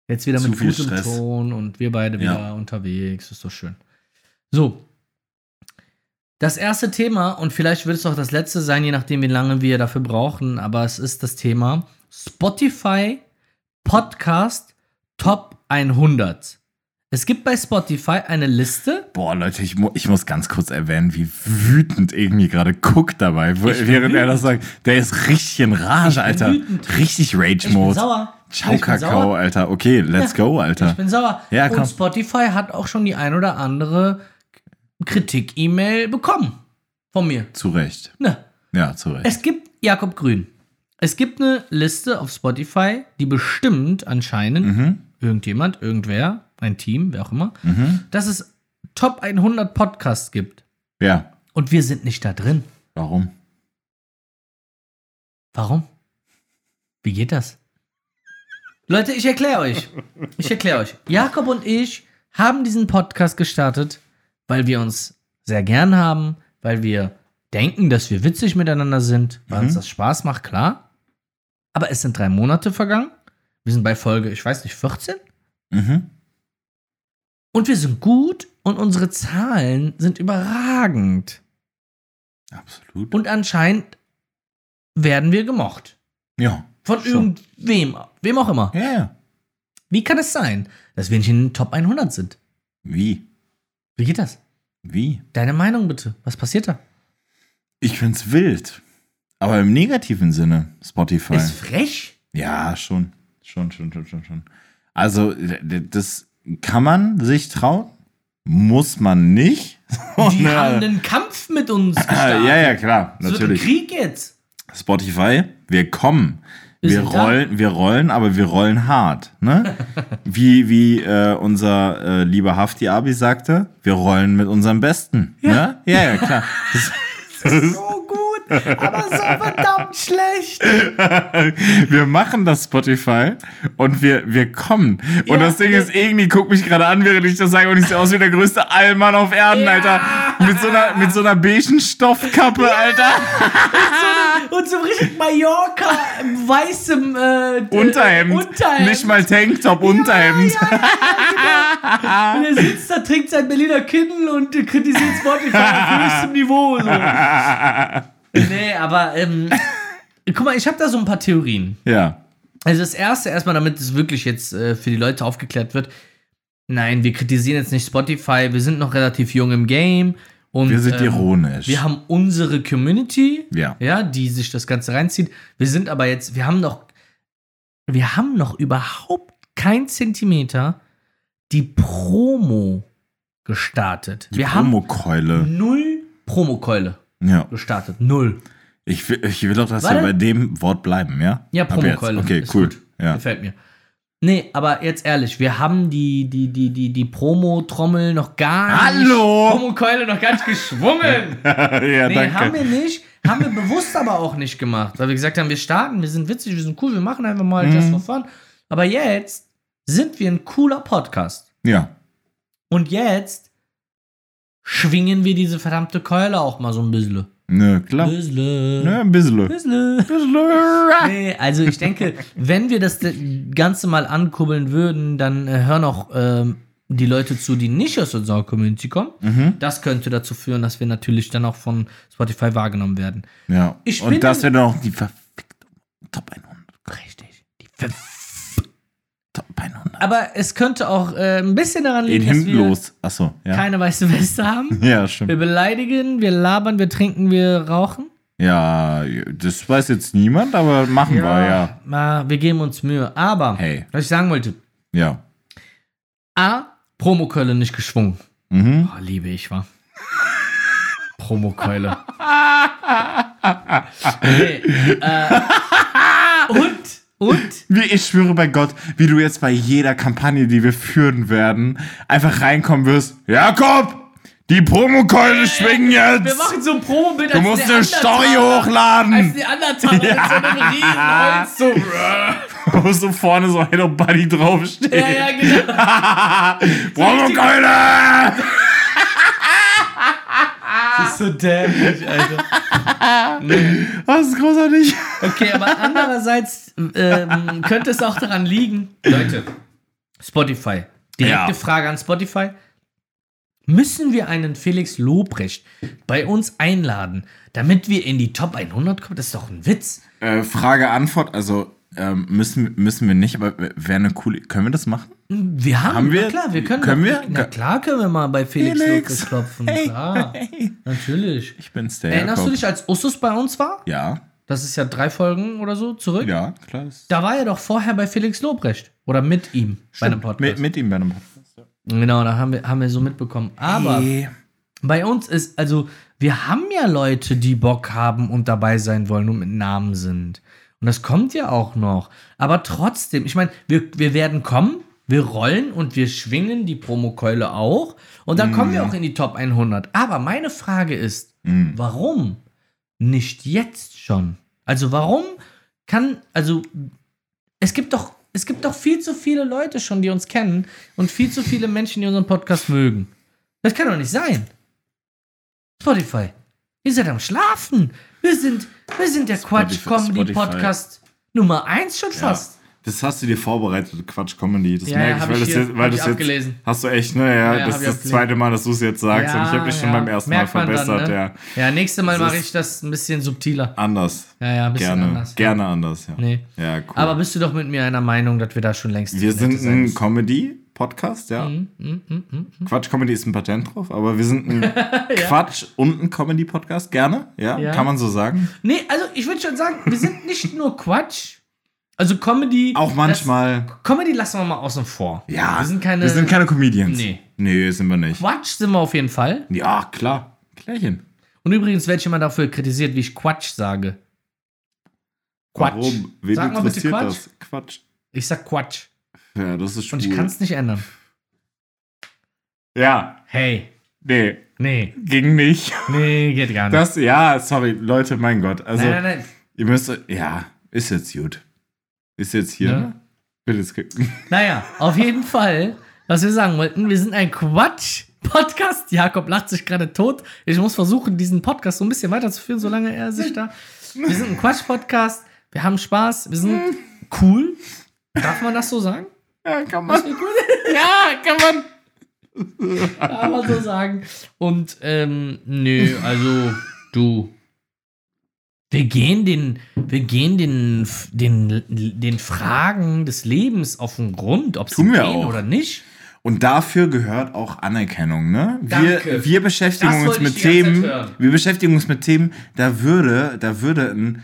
S3: Jetzt wieder
S1: Zu
S3: mit
S1: viel
S3: gutem
S1: Stress.
S3: Ton und wir beide wieder
S1: Ja.
S3: unterwegs. Ist doch schön. So. Das erste Thema, und vielleicht wird es auch das letzte sein, je nachdem, wie lange wir dafür brauchen, aber es ist das Thema Spotify Podcast Top 100. Es gibt bei Spotify eine Liste.
S1: Boah, Leute, ich, mu ich muss ganz kurz erwähnen, wie wütend irgendwie gerade guckt dabei, wo-
S3: Ich bin
S1: während er das sagt. Der ist richtig in Rage, Alter.
S3: wütend.
S1: Richtig
S3: Ich bin
S1: Rage-Mode.
S3: sauer.
S1: Ciao,
S3: ich bin sauer.
S1: Kakao, Alter. Okay, let's go, Alter.
S3: Ich bin sauer.
S1: Ja, komm.
S3: und Spotify hat auch schon die ein oder andere Kritik-E-Mail bekommen. Von mir.
S1: Zu Recht.
S3: Ne.
S1: Ja, zu Recht.
S3: Es gibt Jakob Grün. Es gibt eine Liste auf Spotify, die bestimmt anscheinend
S1: Mhm.
S3: irgendjemand, irgendwer, ein Team, wer auch immer,
S1: Mhm.
S3: dass es Top 100 Podcasts gibt.
S1: Ja,
S3: Und wir sind nicht da drin.
S1: warum?
S3: Warum? Wie geht das? Leute, ich erkläre euch. Ich erkläre euch. Jakob und ich haben diesen Podcast gestartet, weil wir uns sehr gern haben, weil wir denken, dass wir witzig miteinander sind, weil uns das Spaß macht, klar. Aber es sind drei Monate vergangen. Wir sind bei Folge, ich weiß nicht, 14.
S1: Mhm.
S3: Und wir sind gut und unsere Zahlen sind überragend.
S1: Absolut.
S3: Und anscheinend werden wir gemocht.
S1: Ja.
S3: Von
S1: Schon.
S3: irgendwem, wem auch immer.
S1: Ja, ja.
S3: Wie kann es sein, dass wir nicht in den Top 100 sind?
S1: Wie?
S3: Wie geht das?
S1: Wie?
S3: Deine Meinung bitte. Was passiert da?
S1: Ich find's wild. Aber im negativen Sinne, Spotify.
S3: Ist frech?
S1: Ja, schon. Schon, schon, schon, schon, schon. Also, d- d- das kann man sich trauen, muss man nicht.
S3: Die
S1: Und, äh,
S3: haben einen Kampf mit uns gestartet.
S1: äh, ja, ja, klar,
S3: Es wird ein
S1: natürlich.
S3: Krieg jetzt.
S1: Spotify, wir kommen.
S3: Wir
S1: Wir
S3: sind da.
S1: rollen, wir rollen, aber wir rollen hart. Ne? Wie, wie äh, unser äh, lieber Hafti Abi sagte, wir rollen mit unserem Besten. Ja, ne? ja, ja klar.
S3: So gut, aber so verdammt schlecht.
S1: Wir machen das Spotify und wir, wir kommen.
S3: Ja,
S1: und das Ding
S3: wir-
S1: ist, irgendwie guckt mich gerade an, während ich das sage und ich sehe aus wie der größte Allmann auf Erden, Alter. Mit so einer, mit so einer beigen Stoffkappe, Alter. Ah.
S3: Und so richtig Mallorca im weißem äh, d-
S1: Unterhemd.
S3: Unterhemd.
S1: Nicht mal Tanktop, Unterhemd.
S3: Und er sitzt da, trinkt sein Berliner Kindle und äh, kritisiert Spotify auf höchstem Niveau. So. Nee, aber ähm, guck mal, ich habe da so ein paar Theorien.
S1: Ja.
S3: Also das erste erstmal, damit es wirklich jetzt äh, für die Leute aufgeklärt wird. Nein, wir kritisieren jetzt nicht Spotify. Wir sind noch relativ jung im Game. Und,
S1: Wir sind
S3: ähm,
S1: ironisch.
S3: Wir haben unsere Community,
S1: Ja.
S3: ja, die sich das Ganze reinzieht. Wir sind aber jetzt, wir haben noch, wir haben noch überhaupt kein Zentimeter die Promo gestartet.
S1: Die
S3: wir
S1: Promokeule.
S3: haben null Promokeule
S1: Ja.
S3: gestartet. Null.
S1: Ich will, ich will doch, dass
S3: Warte.
S1: wir bei dem Wort bleiben, ja?
S3: Ja,
S1: Ab jetzt.
S3: Promokeule.
S1: Okay,
S3: Ist
S1: cool.
S3: gut.
S1: Ja.
S3: Gefällt mir. Nee, aber jetzt ehrlich, wir haben die, die, die, die, die Promo-Trommel noch gar
S1: Hallo!
S3: nicht. Promokeule noch gar nicht geschwungen.
S1: ja,
S3: Nee, haben wir nicht. Haben wir bewusst aber auch nicht gemacht. Weil wir gesagt haben, wir starten, wir sind witzig, wir sind cool, wir machen einfach
S1: Mhm.
S3: mal just for fun. Aber jetzt sind wir ein cooler Podcast.
S1: Ja.
S3: Und jetzt schwingen wir diese verdammte Keule auch mal so ein bisschen.
S1: Nö, klar. Nö,
S3: Bisschen.
S1: ein bisschen.
S3: Bisschen.
S1: Bisschen.
S3: Nee, also ich denke, wenn wir das Ganze mal ankurbeln würden, dann äh, hören auch ähm, die Leute zu, die nicht aus unserer Community kommen.
S1: Mhm.
S3: Das könnte dazu führen, dass wir natürlich dann auch von Spotify wahrgenommen werden.
S1: Ja.
S3: Ich bin-
S1: und das wäre doch die verfickte Top 100.
S3: Richtig. Die Ver-
S1: Top 100.
S3: Aber es könnte auch äh, ein bisschen daran
S1: Den
S3: liegen, dass
S1: hinten
S3: wir
S1: los. Achso, ja.
S3: keine weiße Weste haben.
S1: ja,
S3: Wir
S1: stimmt.
S3: beleidigen, wir labern, wir trinken, wir rauchen.
S1: Ja, das weiß jetzt niemand, aber machen wir, ja.
S3: Na, Äh, wir geben uns Mühe. Aber,
S1: Hey.
S3: was ich sagen wollte,
S1: Ja.
S3: A, Promokeule nicht geschwungen.
S1: Mhm.
S3: Oh, liebe ich, wa? Promokeule. nee, äh, und, und,
S1: Wie ich schwöre bei Gott, wie du jetzt bei jeder Kampagne, die wir führen werden, einfach reinkommen wirst. Jakob, die Promokeule schwingen
S3: wir
S1: jetzt.
S3: machen so ein Promobild.
S1: Du musst eine Story
S3: Als
S1: hochladen.
S3: Neandertaler
S1: Ja.
S3: mit so einem riesen Holz.
S1: Wo so vorne so Hello Buddy draufsteht.
S3: So, ja, ja, genau.
S1: Promokeule!
S3: Das ist so dämlich, Alter.
S1: Das ist großartig.
S3: Okay, aber andererseits ähm, könnte es auch daran liegen, Leute, Spotify. Direkte
S1: Ja.
S3: Frage an Spotify. Müssen wir einen Felix Lobrecht bei uns einladen, damit wir in die Top 100 kommen? Das ist doch ein Witz.
S1: Äh, Frage, Antwort. Also ähm, müssen, müssen wir nicht, aber wäre eine coole. Können wir das machen?
S3: Wir haben,
S1: Haben
S3: na
S1: wir-
S3: klar, wir können,
S1: können
S3: doch-
S1: wir?
S3: Na klar können wir mal bei Felix,
S1: Felix.
S3: Lobrecht klopfen.
S1: Hey.
S3: Klar, natürlich.
S1: Ich bin's, der
S3: Erinnerst du
S1: Jakob.
S3: dich, als Ussus bei uns war?
S1: Ja,
S3: Das ist ja drei Folgen oder so zurück.
S1: ja, klar. das-
S3: Da war er doch vorher bei Felix Lobrecht oder mit ihm bei einem Podcast.
S1: Mit, mit ihm bei einem Podcast.
S3: Genau, da haben wir, haben wir so mitbekommen. Aber
S1: Äh.
S3: bei uns ist, also, wir haben ja Leute, die Bock haben und dabei sein wollen und mit Namen sind. Und das kommt ja auch noch. Aber trotzdem, ich meine, wir, wir werden kommen, wir rollen und wir schwingen die Promokeule auch. Und dann kommen wir auch in die Top 100. Aber meine Frage ist, warum nicht jetzt schon? Also, warum kann, also, es gibt doch. Es gibt doch viel zu viele Leute schon, die uns kennen und viel zu viele Menschen, die unseren Podcast mögen. Das kann doch nicht sein. Spotify, ihr seid am Schlafen. Wir sind, wir sind der Quatsch
S1: Spotify-
S3: Comedy Podcast Nummer 1 schon fast.
S1: Das hast du dir vorbereitet, Quatsch Comedy. Das
S3: Ja,
S1: merke
S3: ja,
S1: ich,
S3: hab
S1: weil
S3: ich
S1: das
S3: hier-
S1: jetzt, weil
S3: hab
S1: das
S3: ich
S1: jetzt
S3: abgelesen.
S1: hast du echt, ne? Ja,
S3: Ja, hab
S1: das
S3: ich
S1: ist das
S3: abgelesen.
S1: zweite Mal, dass du es jetzt sagst und ich habe mich schon beim ersten Mal
S3: Merkt man
S1: verbessert.
S3: dann, ne?
S1: Ja,
S3: ja, nächstes Mal
S1: Das
S3: mache
S1: ist-
S3: ich das ein bisschen subtiler.
S1: anders.
S3: Ja, ja, ein bisschen
S1: Gerne,
S3: anders.
S1: gerne anders. Ja,
S3: Nee.
S1: ja cool.
S3: Aber bist du doch mit mir einer Meinung, dass wir da schon längst.
S1: wir
S3: hätte
S1: sind
S3: sein
S1: ein
S3: müssen?
S1: Comedy-Podcast, ja.
S3: Hm, hm, hm, hm, hm.
S1: Quatsch Comedy ist ein Patent drauf, aber wir sind ein Quatsch und ein Comedy-Podcast, gerne, ja?
S3: Ja.
S1: Kann man so sagen.
S3: Nee, also ich würde schon sagen, wir sind nicht nur Quatsch. Also Comedy.
S1: Auch
S3: das-
S1: manchmal.
S3: Comedy lassen wir mal außen vor.
S1: ja,
S3: Wir sind keine.
S1: wir sind keine Comedians.
S3: Nee.
S1: Nee, sind wir nicht.
S3: Quatsch sind wir auf jeden Fall.
S1: Ja, klar. Klärchen.
S3: Und übrigens werde ich immer dafür kritisiert, wie ich Quatsch sage. Quatsch.
S1: Warum? Wen
S3: Sag mal bitte
S1: interessiert
S3: Quatsch.
S1: das? Quatsch.
S3: Ich sag Quatsch.
S1: Ja, das ist schwul.
S3: Und ich kann es nicht ändern.
S1: Ja,
S3: Hey.
S1: nee,
S3: Nee.
S1: ging nicht.
S3: Nee, geht gar nicht.
S1: Das, ja, sorry, Leute, mein Gott. Also,
S3: nein, nein, nein.
S1: ihr müsst, ja, ist jetzt gut. Ist jetzt hier. ne?
S3: Ja.
S1: Bitte skip.
S3: Naja, auf jeden Fall, was wir sagen wollten, wir sind ein Quatsch-Podcast. Jakob lacht sich gerade tot. Ich muss versuchen, diesen Podcast so ein bisschen weiterzuführen, solange er sich da. Wir sind ein Quatsch-Podcast. Wir haben Spaß. Wir sind cool. Darf man das so sagen?
S1: Ja, kann man.
S3: ja, kann man. Kann man so sagen. Und, ähm, nö, also, du. Wir gehen den, wir gehen den, den, den Fragen des Lebens auf den Grund, ob sie
S1: Tun wir
S3: gehen
S1: auch.
S3: oder nicht.
S1: Und dafür gehört auch Anerkennung, ne?
S3: Danke.
S1: Wir, wir beschäftigen
S3: Das
S1: uns
S3: wollte ich
S1: mit
S3: die ganze
S1: Themen.
S3: Zeit hören.
S1: Wir beschäftigen uns mit Themen, da würde, da würde ein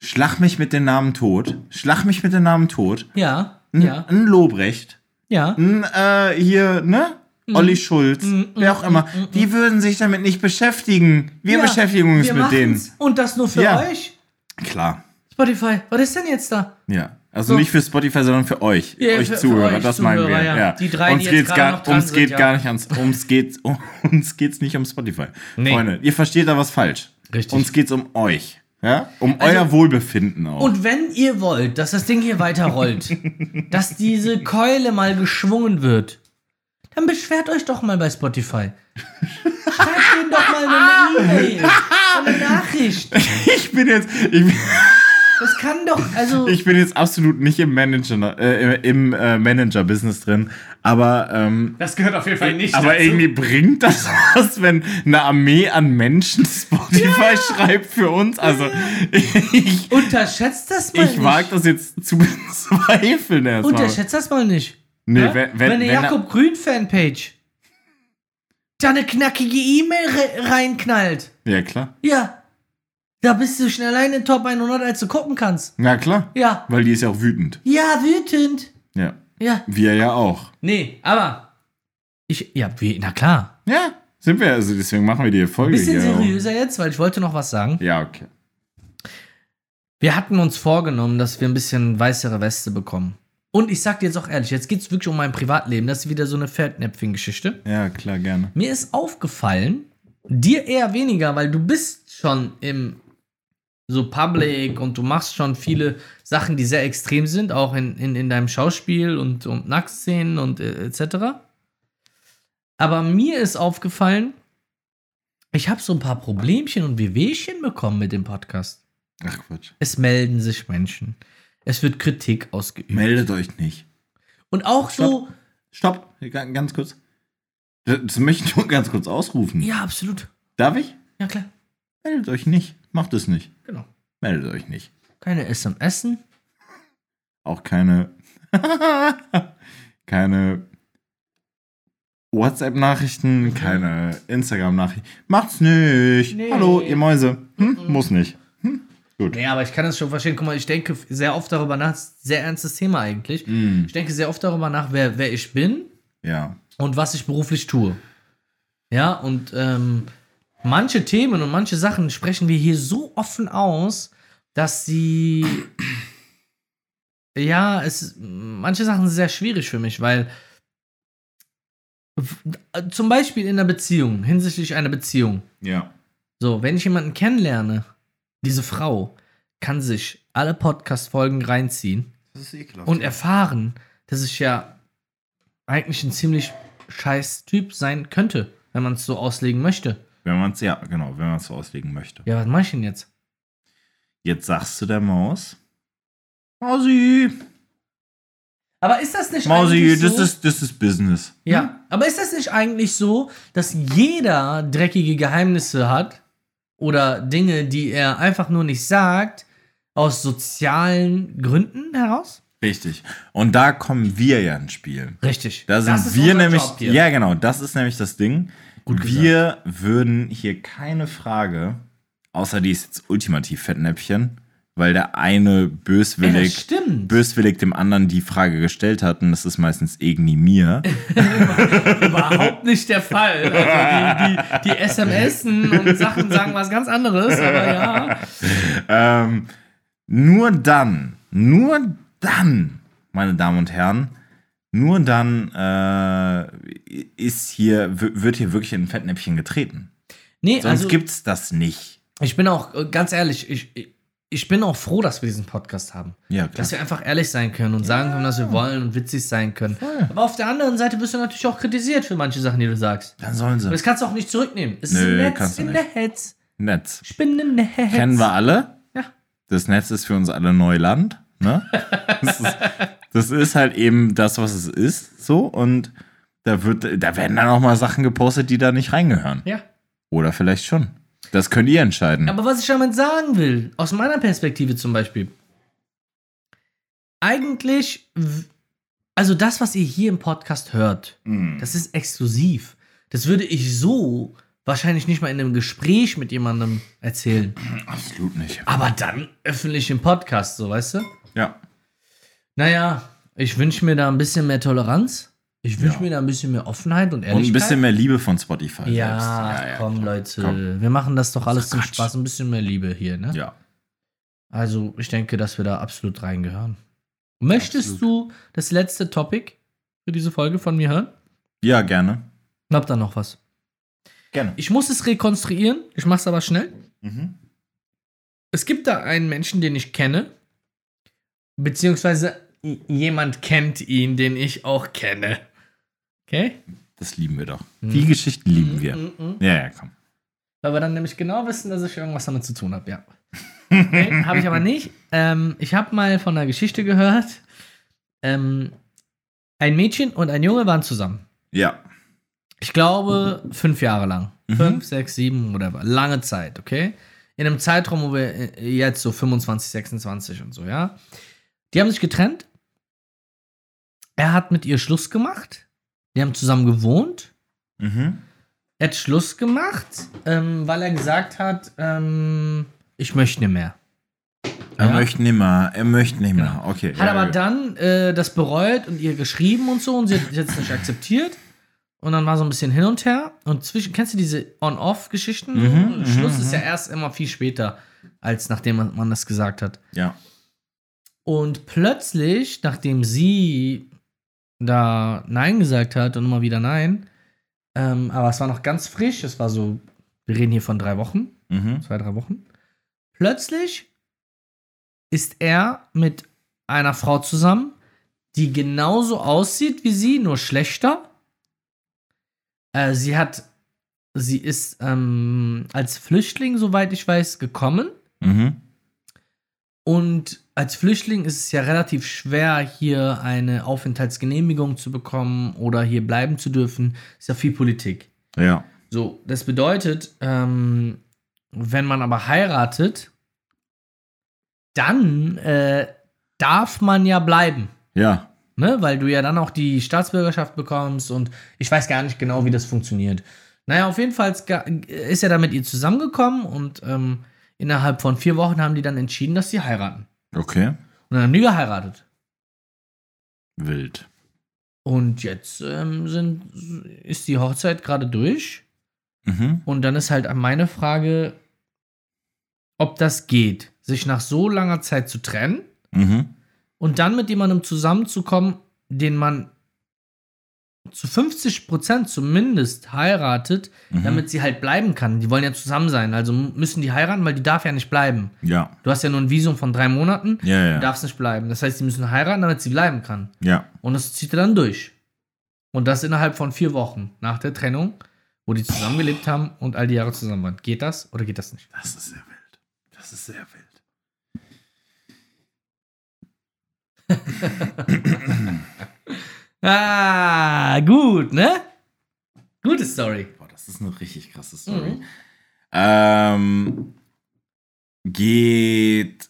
S1: Schlag mich mit den Namen tot, Schlag mich mit den Namen tot,
S3: Ja,
S1: ein,
S3: ja,
S1: ein Lobrecht,
S3: ja.
S1: N, äh, hier, ne?
S3: Mhm.
S1: Olli Schulz, wer auch immer, die würden sich damit nicht beschäftigen. Wir
S3: ja,
S1: beschäftigen uns
S3: wir
S1: mit denen.
S3: machen's. Und das nur für
S1: Ja.
S3: euch?
S1: Klar,
S3: Spotify, was ist denn jetzt da?
S1: ja. Also
S3: So.
S1: nicht für Spotify, sondern für euch,
S3: Ja,
S1: euch
S3: für- für
S1: Zuhörer,
S3: euch
S1: das meinen
S3: Zuhörer,
S1: wir.
S3: ja.
S1: Ja.
S3: Die drei, die
S1: uns
S3: jetzt
S1: geht's
S3: gerade
S1: gar,
S3: noch dran
S1: uns
S3: sind,
S1: geht
S3: ja.
S1: gar nicht ans, uns geht's, uns geht's nicht um Spotify.
S3: Nee.
S1: Freunde, ihr versteht da was falsch.
S3: Richtig.
S1: Uns geht's um euch, ja, um
S3: Also-
S1: euer Wohlbefinden auch.
S3: Und wenn ihr wollt, dass das Ding hier weiterrollt, dass diese Keule mal geschwungen wird, dann beschwert euch doch mal bei Spotify. Schreibt denen doch mal eine E-Mail, eine Nachricht.
S1: ich bin jetzt, ich bin,
S3: Das kann doch, also.
S1: Ich bin jetzt absolut nicht im Manager, äh, im äh, Manager-Business drin, aber, ähm,
S4: Das gehört auf jeden Fall nicht
S1: aber
S4: dazu.
S1: irgendwie bringt das was, wenn eine Armee an Menschen Spotify schreibt für uns. Also ich,
S3: unterschätzt das mal
S1: ich
S3: nicht.
S1: wag das jetzt zu bezweifeln erstmal.
S3: Unterschätzt das mal nicht.
S1: Nee,
S3: Ja?
S1: wenn, wenn,
S3: Meine
S1: wenn,
S3: ne? Jakob Grün Fanpage da eine knackige E-Mail re reinknallt.
S1: ja klar,
S3: Ja. Da bist du schneller in den Top 100, als du gucken kannst.
S1: na klar,
S3: Ja.
S1: weil die ist ja auch wütend.
S3: Ja, wütend.
S1: Ja,
S3: Ja.
S1: wir ja auch.
S3: Nee, aber. Ich, ja, wie, na klar.
S1: Ja, sind wir also deswegen machen wir die Folge
S3: Bisschen
S1: hier. auch.
S3: seriöser jetzt, weil ich wollte noch was sagen.
S1: Ja, okay.
S3: Wir hatten uns vorgenommen, dass wir ein bisschen weißere Weste bekommen. Und ich sag dir jetzt auch ehrlich, jetzt geht's wirklich um mein Privatleben. Das ist wieder so eine Feldnäpfchen-Geschichte.
S1: Ja, klar, gerne.
S3: Mir ist aufgefallen, dir eher weniger, weil du bist schon im so Public und du machst schon viele Sachen, die sehr extrem sind, auch in, in, in deinem Schauspiel und, und Nacktszenen und äh, etc. Aber mir ist aufgefallen, ich habe so ein paar Problemchen und Wehwehchen bekommen mit dem Podcast.
S1: Ach Quatsch.
S3: Es melden sich Menschen. Es wird Kritik ausgeübt.
S1: Meldet euch nicht.
S3: und auch so,
S1: Stopp, ga- ganz kurz. Das das möchte ich nur ganz kurz ausrufen.
S3: ja, absolut.
S1: Darf ich?
S3: Ja, klar.
S1: Meldet euch nicht. Macht es nicht.
S3: Genau.
S1: Meldet euch nicht.
S3: Keine SMS.
S1: Auch keine. keine WhatsApp-Nachrichten, keine Instagram-Nachrichten. Macht's nicht.
S3: Nee.
S1: Hallo, ihr Mäuse. Hm? Muss nicht.
S3: Nee, aber ich kann das schon verstehen. Guck mal, ich denke sehr oft darüber nach. ist ein Sehr ernstes Thema
S1: Mhm.
S3: eigentlich. Ich denke sehr oft darüber nach, wer, wer ich bin
S1: Ja.
S3: und was ich beruflich tue. Ja, und ähm, manche Themen und manche Sachen sprechen wir hier so offen aus, dass sie. ja, es. Manche Sachen sind sehr schwierig für mich, weil. f- Zum Beispiel in einer Beziehung, hinsichtlich einer Beziehung.
S1: Ja.
S3: So, wenn ich jemanden kennenlerne, diese Frau kann sich alle Podcast-Folgen reinziehen
S1: Das ist ekelhaft.
S3: und erfahren, dass ich ja eigentlich ein ziemlich scheiß Typ sein könnte, wenn man es so auslegen möchte.
S1: wenn man es, ja, genau, wenn man es so auslegen möchte.
S3: Ja, was mache ich denn jetzt?
S1: Jetzt sagst du der Maus. Mausi.
S3: Aber ist das nicht
S1: Mausi,
S3: eigentlich so?
S1: das ist, Hm? das ist Business.
S3: ja, aber ist das nicht eigentlich so, dass jeder dreckige Geheimnisse hat oder Dinge, die er einfach nur nicht sagt, aus sozialen Gründen heraus?
S1: Richtig. Und da kommen wir ja ins Spiel.
S3: Richtig.
S1: Da sind
S3: ist
S1: wir
S3: unser
S1: nämlich.
S3: Job hier.
S1: Ja, genau, das ist nämlich das Ding.
S3: Gut
S1: wir würden hier keine Frage, außer die ist jetzt ultimativ Fettnäpfchen, weil der eine
S3: Ey, das
S1: böswillig,
S3: stimmt.
S1: böswillig dem anderen die Frage gestellt hat, und das ist meistens irgendwie mir.
S3: überhaupt nicht der Fall. Also die, die, die SMSen und Sachen sagen was ganz anderes, aber ja.
S1: Ähm, nur dann, nur dann, meine Damen und Herren, nur dann äh, ist hier, w- wird hier wirklich in ein Fettnäpfchen getreten.
S3: Nee,
S1: Sonst
S3: also
S1: gibt's das nicht.
S3: ich bin auch, äh, ganz ehrlich, ich, ich- ich bin auch froh, dass wir diesen Podcast haben.
S1: Ja, klar.
S3: Dass wir einfach ehrlich sein können und sagen können, was wir wollen und witzig sein können. Aber auf der anderen Seite wirst du natürlich auch kritisiert für manche Sachen, die du sagst.
S1: Dann sollen
S3: Und
S1: sie.
S3: das kannst du auch nicht zurücknehmen. Es
S1: Nö,
S3: ist ein Netz
S1: kannst du
S3: im
S1: nicht.
S3: Netz.
S1: Netz.
S3: Spinnennetz.
S1: Kennen wir alle.
S3: Ja.
S1: Das Netz ist für uns alle Neuland. Ne? das, ist, das ist halt eben das, was es ist. So. Und da, wird, da werden dann auch mal Sachen gepostet, die da nicht reingehören.
S3: Ja.
S1: Oder vielleicht schon. Das könnt ihr entscheiden.
S3: Aber was ich damit sagen will, aus meiner Perspektive zum Beispiel, eigentlich, w- also das, was ihr hier im Podcast hört,
S1: Mhm.
S3: das ist exklusiv. Das würde ich so wahrscheinlich nicht mal in einem Gespräch mit jemandem erzählen.
S1: Absolut nicht.
S3: Aber dann öffentlich im Podcast, so weißt du?
S1: Ja.
S3: Naja, ich wünsche mir da ein bisschen mehr Toleranz. Ich wünsche
S1: Ja.
S3: mir da ein bisschen mehr Offenheit und
S1: Und
S3: Ehrlichkeit.
S1: ein bisschen mehr Liebe von Spotify.
S3: Ja,
S1: selbst. ja, ja.
S3: komm, Leute.
S1: Komm.
S3: Wir machen das doch alles
S1: Ach,
S3: zum
S1: Quatsch.
S3: Spaß. Ein bisschen mehr Liebe hier, ne?
S1: Ja.
S3: Also, ich denke, dass wir da absolut reingehören. Möchtest du das letzte Topic für diese Folge von mir hören?
S1: ja, gerne.
S3: Ich hab da noch was.
S1: Gerne.
S3: Ich muss es rekonstruieren, ich mach's aber schnell.
S1: Mhm.
S3: Es gibt da einen Menschen, den ich kenne, beziehungsweise i- jemand kennt ihn, den ich auch kenne. Okay?
S1: Das lieben wir doch.
S3: Mhm.
S1: Die Geschichten lieben wir.
S3: Mhm.
S1: Ja, ja, komm.
S3: Weil wir dann nämlich genau wissen, dass ich irgendwas damit zu tun habe, ja. Nee, habe ich aber nicht. Ähm, ich habe mal von einer Geschichte gehört. Ähm, ein Mädchen und ein Junge waren zusammen.
S1: Ja.
S3: Ich glaube, fünf Jahre lang.
S1: Mhm.
S3: Fünf, sechs, sieben, whatever. Lange Zeit, okay? In einem Zeitraum, wo wir äh, jetzt so 25, 26 und so, ja? Die haben sich getrennt. Er hat mit ihr Schluss gemacht. Die haben zusammen gewohnt.
S1: Mhm.
S3: Er hat Schluss gemacht, ähm, weil er gesagt hat, ähm, ich möchte nicht mehr.
S1: Er
S3: Ja. Genau.
S1: möchte nimmer, er möchte nimmer. Okay.
S3: Hat
S1: ja,
S3: aber
S1: ja.
S3: dann äh, das bereut und ihr geschrieben und so und sie hat es jetzt nicht akzeptiert. Und dann war so ein bisschen hin und her. Und zwischen, kennst du diese On-Off-Geschichten?
S1: Mhm,
S3: So, Schluss
S1: mhm,
S3: ist ja erst immer viel später, als nachdem man man das gesagt hat.
S1: Ja.
S3: Und plötzlich, nachdem sie da Nein gesagt hat und immer wieder Nein, ähm, aber es war noch ganz frisch, es war so, wir reden hier von drei Wochen,
S1: Mhm.
S3: zwei, drei Wochen. Plötzlich ist er mit einer Frau zusammen, die genauso aussieht wie sie, nur schlechter. Äh, sie hat, sie ist ähm, als Flüchtling, soweit ich weiß, gekommen.
S1: Mhm.
S3: Und als Flüchtling ist es ja relativ schwer, hier eine Aufenthaltsgenehmigung zu bekommen oder hier bleiben zu dürfen. Ist ja viel Politik.
S1: Ja.
S3: So, das bedeutet, ähm, wenn man aber heiratet, dann äh, darf man ja bleiben,
S1: Ja.
S3: ne? weil du ja dann auch die Staatsbürgerschaft bekommst und ich weiß gar nicht genau, wie das funktioniert. Naja, auf jeden Fall ist ga- ist er dann mit ihr zusammengekommen und ähm, innerhalb von vier Wochen haben die dann entschieden, dass sie heiraten.
S1: Okay.
S3: Und dann haben die geheiratet.
S1: Wild.
S3: Und jetzt ähm, sind, ist die Hochzeit gerade durch.
S1: Mhm.
S3: Und dann ist halt meine Frage, ob das geht, sich nach so langer Zeit zu trennen
S1: Mhm.
S3: und dann mit jemandem zusammenzukommen, den man zu 50% zumindest heiratet,
S1: Mhm.
S3: damit sie halt bleiben kann. Die wollen ja zusammen sein, also müssen die heiraten, weil die darf ja nicht bleiben.
S1: Ja.
S3: Du hast ja nur ein Visum von drei Monaten,
S1: Ja, ja.
S3: du darfst nicht bleiben. Das heißt, die müssen heiraten, damit sie bleiben kann.
S1: Ja.
S3: Und das zieht er dann durch. Und das innerhalb von vier Wochen nach der Trennung, wo die zusammengelebt haben und all die Jahre zusammen waren. Geht das oder geht das nicht?
S1: Das ist sehr wild. Das ist sehr wild.
S3: Ah, gut, ne? Gute Story.
S1: Boah, das ist eine richtig krasse Story. Ähm, geht.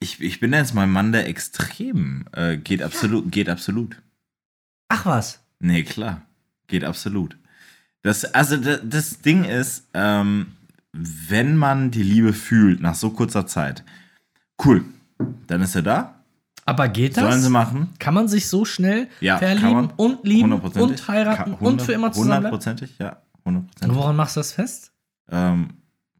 S1: Ich, ich bin jetzt mal ein Mann der Extremen. Äh, geht absolut, geht absolut.
S3: Ach was.
S1: Nee, klar. Geht absolut. Das, also da- das Ding ist, ähm, wenn man die Liebe fühlt nach so kurzer Zeit, cool, dann ist er da.
S3: Aber geht das?
S1: Sollen sie machen?
S3: kann man sich so schnell
S1: Ja, kann
S3: verlieben
S1: man.
S3: und lieben und heiraten
S1: Ka- hundert-
S3: und für immer zusammen
S1: Hundertprozentig, ja. Hundertprozentig.
S3: Woran machst du das fest?
S1: Ähm,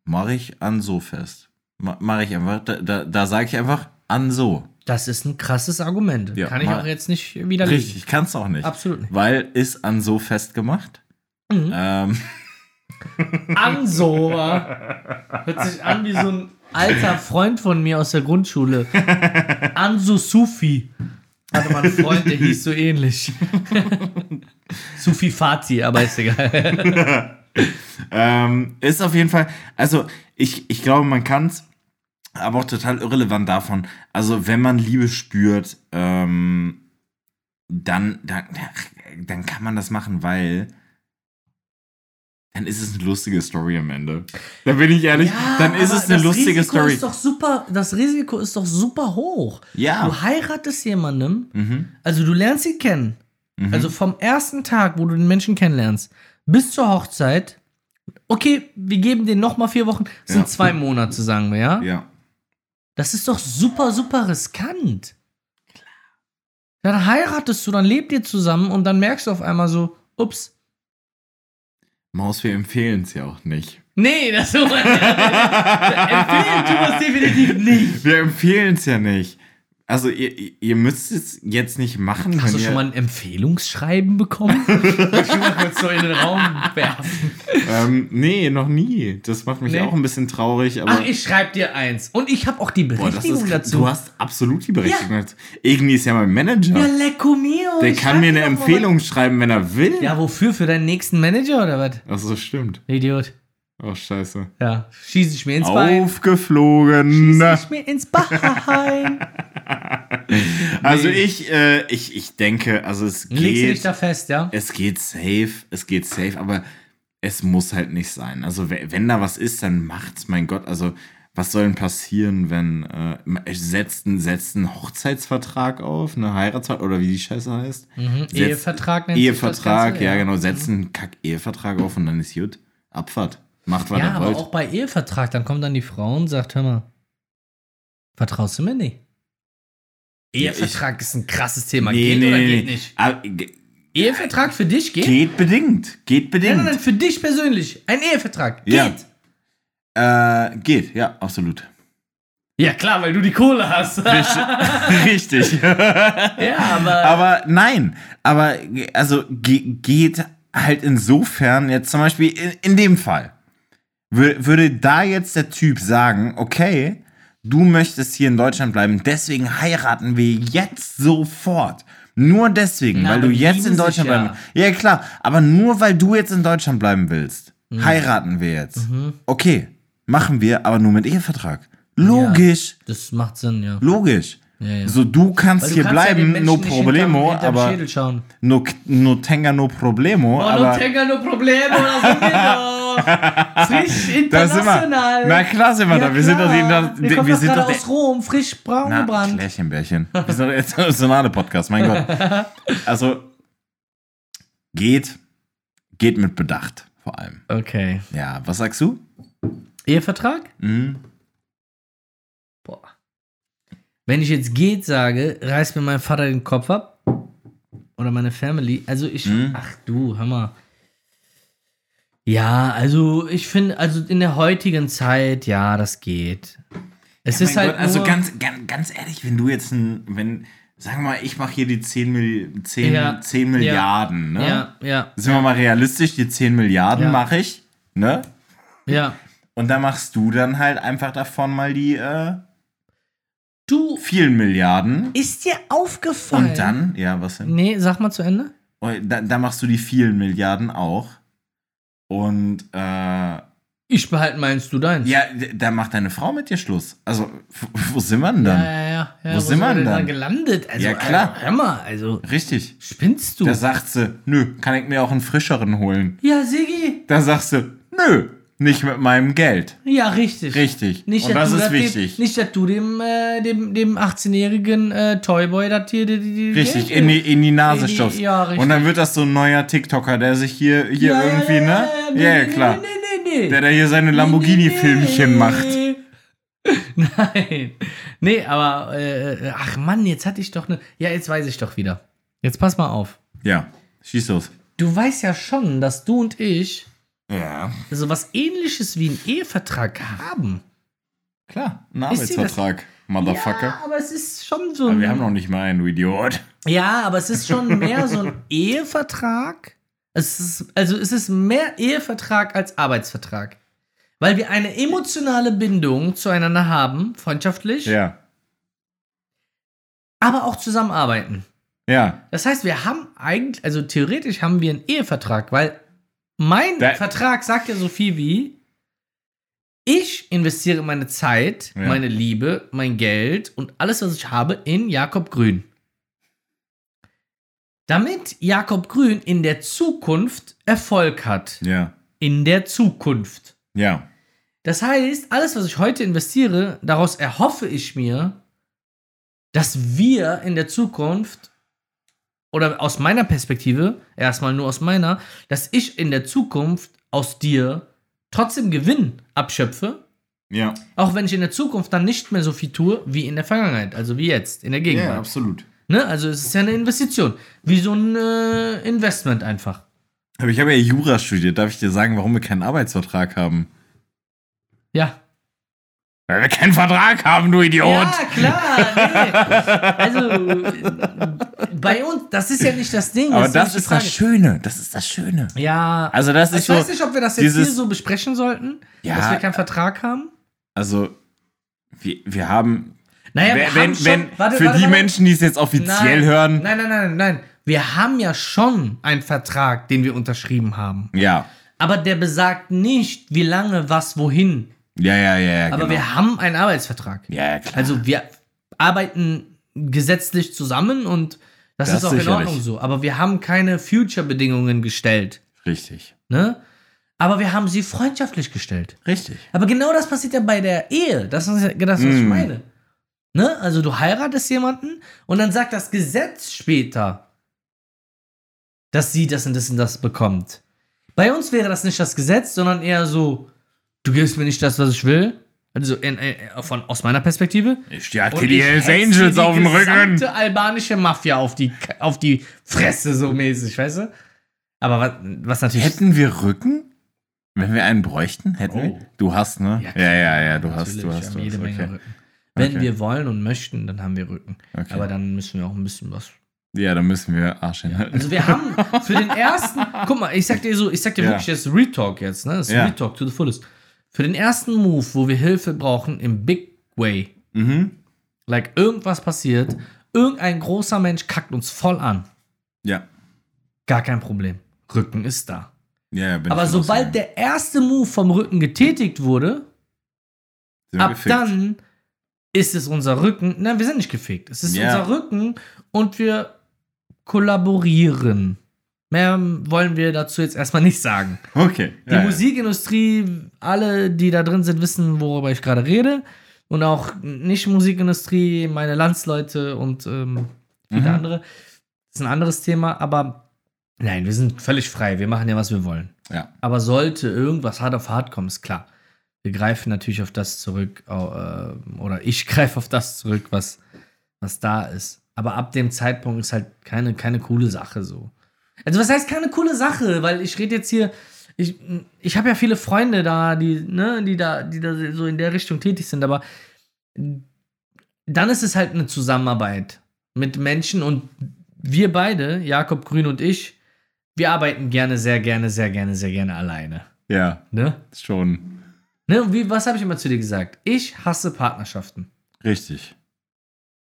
S1: Mache ich an so fest. Ma- Mache ich einfach, da, da, da sage ich einfach an so.
S3: Das ist ein krasses Argument.
S1: Ja,
S3: kann ich
S1: mal-
S3: auch jetzt nicht widerlegen.
S1: Richtig, kannst auch nicht.
S3: Absolut nicht.
S1: Weil ist an so festgemacht.
S3: Mhm.
S1: Ähm,
S3: an so. Hört sich an wie so ein alter Freund von mir aus der Grundschule. Anso Sufi. Hatte mal einen Freund, der hieß so ähnlich. Sufi Fati, aber ist egal.
S1: Ähm, ist auf jeden Fall, also ich, ich glaube, man kann es, aber auch total irrelevant davon. Also, wenn man Liebe spürt, ähm, dann, dann, dann kann man das machen, weil dann ist es eine lustige Story am Ende. Da bin ich ehrlich, dann ist es eine lustige
S3: Risiko
S1: Story.
S3: Ist doch super, das Risiko ist doch super hoch.
S1: ja.
S3: Du heiratest jemandem,
S1: Mhm.
S3: also du lernst ihn kennen. Also vom ersten Tag, wo du den Menschen kennenlernst, bis zur Hochzeit. Okay, wir geben den nochmal vier Wochen. Das sind
S1: Ja.
S3: zwei Monate, sagen wir, ja?
S1: Ja.
S3: Das ist doch super, super riskant. Dann heiratest du, dann lebt ihr zusammen und dann merkst du auf einmal so, ups,
S1: Maus, wir empfehlen es ja auch nicht.
S3: nee, das empfehlen tun wir es definitiv nicht.
S1: Wir empfehlen es ja nicht. Also, ihr, ihr ihr müsst es jetzt nicht machen.
S3: Hast
S1: wenn
S3: du
S1: ihr-
S3: schon mal ein Empfehlungsschreiben bekommen? Wollte ich mal kurz so in den Raum werfen.
S1: Ähm, nee, noch nie. Das macht mich
S3: Nee.
S1: auch ein bisschen traurig, aber.
S3: Ach, ich schreib dir eins. Und ich habe auch die
S1: Boah, das
S3: Berechtigung
S1: ist,
S3: dazu.
S1: Du hast absolut die Berechtigung. dazu. Irgendwie ist ja mein Manager.
S3: ja, lecco mio.
S1: Der
S3: ich
S1: kann
S3: schreib
S1: mir eine
S3: dir doch mal
S1: Empfehlung schreiben, wenn er will.
S3: was. Ja, wofür? Für deinen nächsten Manager oder was?
S1: Das ist stimmt.
S3: Idiot.
S4: Oh, scheiße.
S3: Ja. Schieß ich mir ins Bein.
S1: Aufgeflogen.
S3: Schieß ich mir ins Bein.
S1: Also
S3: Nee.
S1: ich, äh, ich, ich denke, also es
S3: Legst du dich
S1: geht,
S3: da fest, ja?
S1: es geht safe, es geht safe, aber es muss halt nicht sein. Also we- wenn da was ist, dann macht's, mein Gott. Also was soll denn passieren, wenn äh, ma- setzt einen setzt einen Hochzeitsvertrag auf, eine Heiratsvertrag oder wie die Scheiße heißt?
S3: Mhm.
S1: Setzt-
S3: Ehevertrag nennt sich das
S1: Ehevertrag,
S3: Ganze,
S1: ja,
S3: ja. Mhm.
S1: genau. Setzt einen Kack-Ehevertrag auf und dann ist gut. Abfahrt. Macht, was
S3: Ja,
S1: ihr
S3: aber
S1: wollt.
S3: auch bei Ehevertrag, dann kommt dann die Frau und sagt, hör mal, vertraust du mir nicht?
S1: Ja,
S3: Ehevertrag ist ein krasses Thema.
S1: Nee,
S3: geht
S1: nee,
S3: oder
S1: nee.
S3: geht nicht?
S1: Aber, ge-
S3: Ehevertrag für dich geht?
S1: geht bedingt. Geht
S3: Nein, nein, nein,
S1: bedingt.
S3: für dich persönlich. Ein Ehevertrag. Geht.
S1: Ja.
S3: Ja,
S1: Äh, geht, ja, absolut.
S3: klar, weil du die Kohle hast.
S1: Richtig.
S3: ja, aber,
S1: aber nein, aber ge- also ge geht halt insofern jetzt zum Beispiel in, in dem Fall wür- würde da jetzt der Typ sagen, okay, du möchtest hier in Deutschland bleiben, deswegen heiraten wir jetzt sofort. Nur deswegen,
S3: Na,
S1: weil
S3: aber
S1: du
S3: die
S1: jetzt
S3: lieben
S1: in
S3: sich
S1: Deutschland
S3: ja.
S1: bleiben. Ja klar, aber nur weil du jetzt in Deutschland bleiben willst,
S3: Mhm.
S1: heiraten wir jetzt. Okay, machen wir, aber nur mit Ehevertrag. Logisch,
S3: das macht Sinn, ja.
S1: logisch.
S3: Ja, ja.
S1: So du kannst
S3: Weil du
S1: hier
S3: kannst ja den
S1: bleiben,
S3: Menschen
S1: no
S3: nicht hinterm-
S1: problemo,
S3: hinterm
S1: aber
S3: Schädel schauen.
S1: No, no tenga no problemo,
S3: Oh, no
S1: aber
S3: tenga, no problemo, also da sind wir doch. Frisch
S1: da sind wir.
S3: international.
S1: Na klar sind wir da. Wir sind doch, die,
S3: klar.
S1: die,
S3: Wir kommen
S1: wir
S3: doch
S1: sind
S3: gerade
S1: doch der-
S3: aus Rom, frisch braun
S1: Na,
S3: gebrannt.
S1: Klärchenbärchen. Wir sind doch internationale Podcast, mein Gott. Also geht, geht mit Bedacht vor allem.
S3: Okay.
S1: Ja, was sagst du?
S3: Ehevertrag?
S1: Mhm.
S3: Boah. Wenn ich jetzt geht sage, reißt mir mein Vater den Kopf ab. Oder meine Family. Also ich.
S1: Mhm.
S3: Ach du, hör mal. Ja, also ich finde, also in der heutigen Zeit, ja, das geht. Es ist
S1: Mein
S3: halt.
S1: Gott, also
S3: nur,
S1: ganz, ganz, ganz ehrlich, wenn du jetzt ein, wenn, sagen wir mal, ich mache hier die 10, Milli 10,
S3: Ja.
S1: 10
S3: Ja.
S1: Milliarden, ne?
S3: Ja, ja,
S1: Sind wir mal realistisch, die 10 Milliarden
S3: Ja.
S1: mache ich, ne?
S3: ja.
S1: Und da machst du dann halt einfach davon mal die äh,
S3: Du
S1: vielen Milliarden.
S3: ist dir aufgefallen.
S1: Und dann, ja, was denn?
S3: Nee, sag mal zu Ende.
S1: Und Da, da machst du die vielen Milliarden auch. Und äh, ja,
S3: Ich behalte meins, du deins.
S1: d- da macht deine Frau mit dir Schluss. Also, w- wo sind wir denn dann?
S3: Ja, ja, ja, ja.
S1: Wo sind wir denn
S3: da
S1: dann?
S3: gelandet? Also,
S1: Ja, klar.
S3: äh, Hör mal, also
S1: Richtig.
S3: spinnst du?
S1: Da sagt sie, nö, kann ich mir auch einen frischeren holen.
S3: ja, Sigi.
S1: Da sagst du, nö, nicht mit meinem Geld.
S3: Ja, richtig.
S1: Richtig.
S3: Nicht,
S1: Und
S3: dass
S1: das
S3: du
S1: ist
S3: dem-
S1: wichtig.
S3: nicht, dass du dem, äh, dem, dem 18-jährigen äh, Toyboy das hier die, die, die
S1: Richtig,
S3: Geld-
S1: in die, in die Nase
S3: In die-
S1: stopfst.
S3: ja, richtig.
S1: Und dann wird das so ein neuer TikToker, der sich hier, hier
S3: Ja, ja,
S1: irgendwie,
S3: ja,
S1: ne?
S3: Ja,
S1: ja,
S3: ja,
S1: ja,
S3: nee,
S1: klar.
S3: Nee, nee, nee. nee.
S1: Der da hier seine Lamborghini-Filmchen macht.
S3: macht. Nein. Nee, aber, äh, ach Mann, jetzt hatte ich doch eine. Ja, jetzt weiß ich doch wieder. Jetzt pass mal auf.
S1: Ja, schieß los.
S3: Du weißt ja schon, dass du und ich
S1: Ja,
S3: so was ähnliches wie einen Ehevertrag haben.
S1: klar. Ein
S3: Ist dir das-
S1: Arbeitsvertrag, Motherfucker.
S3: aber es ist schon so
S1: Aber
S3: ein.
S1: wir haben noch nicht mal einen, du Idiot.
S3: Ja, aber es ist schon mehr so ein Ehevertrag. Es ist, also es ist mehr Ehevertrag als Arbeitsvertrag. Weil wir eine emotionale Bindung zueinander haben, freundschaftlich,
S1: Ja,
S3: aber auch zusammenarbeiten.
S1: ja.
S3: Das heißt, wir haben eigentlich, also theoretisch haben wir einen Ehevertrag, weil mein
S1: Da-
S3: Vertrag sagt ja so viel wie, ich investiere meine Zeit,
S1: Ja.
S3: meine Liebe, mein Geld und alles, was ich habe, in Jakob Grün. Damit Jakob Grün in der Zukunft Erfolg hat.
S1: Ja,
S3: In der Zukunft.
S1: ja.
S3: Das heißt, alles, was ich heute investiere, daraus erhoffe ich mir, dass wir in der Zukunft oder aus meiner Perspektive, erstmal nur aus meiner, dass ich in der Zukunft aus dir trotzdem Gewinn abschöpfe,
S1: Ja,
S3: auch wenn ich in der Zukunft dann nicht mehr so viel tue wie in der Vergangenheit, also wie jetzt, in der
S1: ja
S3: Gegenwart.
S1: absolut.
S3: Ne? Also es ist ja eine Investition, wie so ein äh, Investment einfach.
S1: Aber ich habe ja Jura studiert. Darf ich dir sagen, warum wir keinen Arbeitsvertrag haben?
S3: Ja,
S1: Weil wir keinen Vertrag haben, du Idiot.
S3: Ja, klar. Nee. Also bei uns, das ist ja nicht das Ding.
S1: Aber
S3: ja
S1: das
S3: nicht die
S1: ist das
S3: Frage.
S1: Schöne. Das ist das Schöne.
S3: Ja.
S1: Also das ist
S3: ich weiß
S1: so
S3: nicht, ob wir das jetzt hier
S1: dieses-
S3: so besprechen sollten,
S1: Ja.
S3: dass wir keinen Vertrag haben.
S1: Also, wir, wir haben.
S3: Naja, wir
S1: wenn,
S3: haben
S1: wenn,
S3: schon,
S1: wenn,
S3: warte,
S1: für
S3: warte,
S1: die
S3: warte.
S1: Menschen, die es jetzt offiziell
S3: nein,
S1: hören.
S3: Nein, nein, nein, nein. Wir haben ja schon einen Vertrag, den wir unterschrieben haben.
S1: Ja.
S3: Aber der besagt nicht, wie lange, was, wohin.
S1: Ja, ja, ja, ja.
S3: Aber
S1: genau.
S3: wir haben einen Arbeitsvertrag.
S1: Ja, ja, klar.
S3: Also wir arbeiten gesetzlich zusammen und das,
S1: Das
S3: ist auch in
S1: sicherlich.
S3: Ordnung so. Aber wir haben keine Future-Bedingungen gestellt.
S1: Richtig.
S3: Ne? Aber wir haben sie freundschaftlich gestellt.
S1: Richtig.
S3: Aber genau das passiert ja bei der Ehe. Das ist ja genau das, was ich
S1: Mm.
S3: meine. Ne? Also du heiratest jemanden und dann sagt das Gesetz später, dass sie das und das und das bekommt. Bei uns wäre das nicht das Gesetz, sondern eher so, du gibst mir nicht das, was ich will. Also in, äh, von, aus meiner Perspektive.
S1: Ich hatte
S3: Und
S1: die
S3: ich
S1: Hells
S3: hetze
S1: Angels auf dem
S3: Die
S1: Rücken.
S3: gesamte albanische Mafia auf die, auf die Fresse so mäßig, weißt du? Aber was, was natürlich.
S1: Hätten wir Rücken? Wenn wir einen bräuchten, hätten
S3: Oh.
S1: wir. Du hast, ne? Ja, ja, ja, du hast,
S3: Natürlich,
S1: du
S3: wir
S1: hast,
S3: haben
S1: du
S3: jede
S1: hast.
S3: Menge
S1: Okay.
S3: Rücken. Wenn
S1: Okay.
S3: wir wollen und möchten, dann haben wir Rücken.
S1: Okay.
S3: Aber dann müssen wir auch ein bisschen was.
S1: Ja, dann müssen wir Arsch hinhalten.
S3: Also wir haben für den ersten, guck mal, ich sag dir so, ich sag dir
S1: Ja.
S3: wirklich jetzt Retalk jetzt, ne? Das ist
S1: Ja.
S3: Retalk to the fullest. Für den ersten Move, wo wir Hilfe brauchen im Big Way,
S1: Mhm.
S3: like irgendwas passiert, irgendein großer Mensch kackt uns voll an.
S1: Ja.
S3: Gar kein Problem. Rücken ist da.
S1: Ja, ja, bin
S3: Aber
S1: ich schon
S3: sobald
S1: ausgegangen.
S3: der erste Move vom Rücken getätigt wurde,
S1: Sind wir
S3: ab
S1: gefickt.
S3: dann ist es unser Rücken. Nein, wir sind nicht gefickt. Es ist
S1: Ja.
S3: unser Rücken und wir kollaborieren. Mehr wollen wir dazu jetzt erstmal nicht sagen.
S1: Okay.
S3: Die Musikindustrie, alle, die da drin sind, wissen, worüber ich gerade rede. Und auch nicht Musikindustrie, meine Landsleute und ähm, viele
S1: Mhm.
S3: andere. Das ist ein anderes Thema, aber nein, wir sind völlig frei. Wir machen ja, was wir wollen.
S1: Ja.
S3: Aber sollte irgendwas hart auf hart kommen, ist klar. Wir greifen natürlich auf das zurück, äh, oder ich greife auf das zurück, was, was da ist. Aber ab dem Zeitpunkt ist halt keine, keine coole Sache so. Also, was heißt keine coole Sache? Weil ich rede jetzt hier, ich, ich habe ja viele Freunde da, die, ne, die da, die da so in der Richtung tätig sind, aber dann ist es halt eine Zusammenarbeit mit Menschen und wir beide, Jakob Grün und ich, wir arbeiten gerne, sehr gerne, sehr gerne, sehr gerne alleine.
S1: Ja. ja,
S3: Ne?
S1: schon.
S3: ne? Und wie, was habe ich immer zu dir gesagt? Ich hasse Partnerschaften.
S1: Richtig.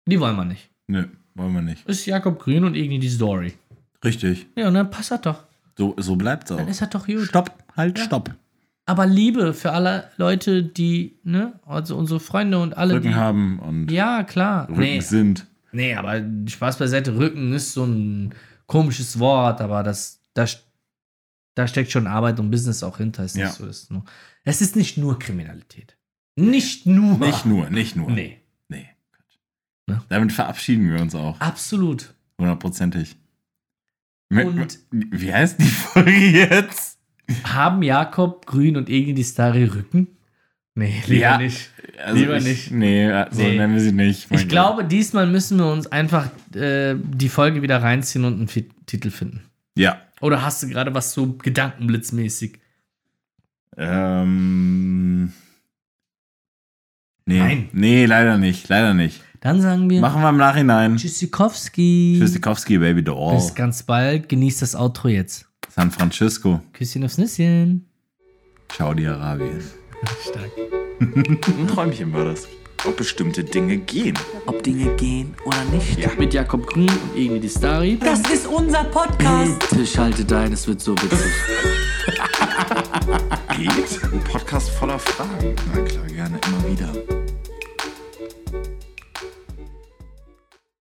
S3: Die wollen wir nicht.
S1: Nö, wollen wir nicht.
S3: Ist Jakob Grün und irgendwie die Story.
S1: Richtig.
S3: Ja, und dann passt das doch.
S1: So, so bleibt's auch.
S3: Dann ist das doch gut.
S1: Stopp, halt, stopp.
S3: Aber Liebe für alle Leute, die, ne, also unsere Freunde und alle,
S1: Rücken
S3: die.
S1: haben und
S3: Ja, klar.
S1: Rücken
S3: Nee,
S1: sind.
S3: nee, aber Spaß beiseite, Rücken ist so ein komisches Wort, aber das, das, da steckt schon Arbeit und Business auch hinter. Es ist,
S1: Ja.
S3: nicht so, es ist, nur, es ist nicht nur Kriminalität. Nicht nur.
S1: Nicht nur, nicht nur.
S3: Nee.
S1: Nee.
S3: Ne?
S1: Damit verabschieden wir uns
S3: Ah.
S1: auch.
S3: Absolut.
S1: Hundertprozentig. Mit-
S3: Und-
S1: Wie heißt die Folge jetzt?
S3: Haben Jakob, Grün und Egin die Starry Rücken? Nee, lieber
S1: Ja.
S3: nicht.
S1: Also
S3: Lieber
S1: ich,
S3: nicht.
S1: Nee, äh, so
S3: Nee.
S1: nennen wir sie nicht. Mein
S3: Ich glaube, diesmal müssen wir uns einfach äh, die Folge wieder reinziehen und einen Fi- Titel finden.
S1: Gott. Ja.
S3: Oder hast du gerade was so gedankenblitzmäßig?
S1: Ähm. Nee.
S3: Nein.
S1: Nee, leider nicht. Leider nicht.
S3: Dann sagen wir
S1: Machen wir im Nachhinein.
S3: Tschüssikowski.
S1: Tschüssikowski, Baby Doll.
S3: Bis ganz bald. Genießt das Outro jetzt.
S1: San Francisco.
S3: Küsschen aufs Nüsschen.
S1: Saudi-Arabien.
S3: Stark.
S1: Ein Träumchen war das. Ob bestimmte Dinge gehen.
S2: Ob Dinge gehen oder nicht.
S3: Mit Jakob Grün und Egin die Starry.
S2: Das ist unser Podcast.
S3: Tisch haltet ein, es wird so witzig.
S4: geht? Ein Podcast voller Fragen. Na klar, gerne immer wieder.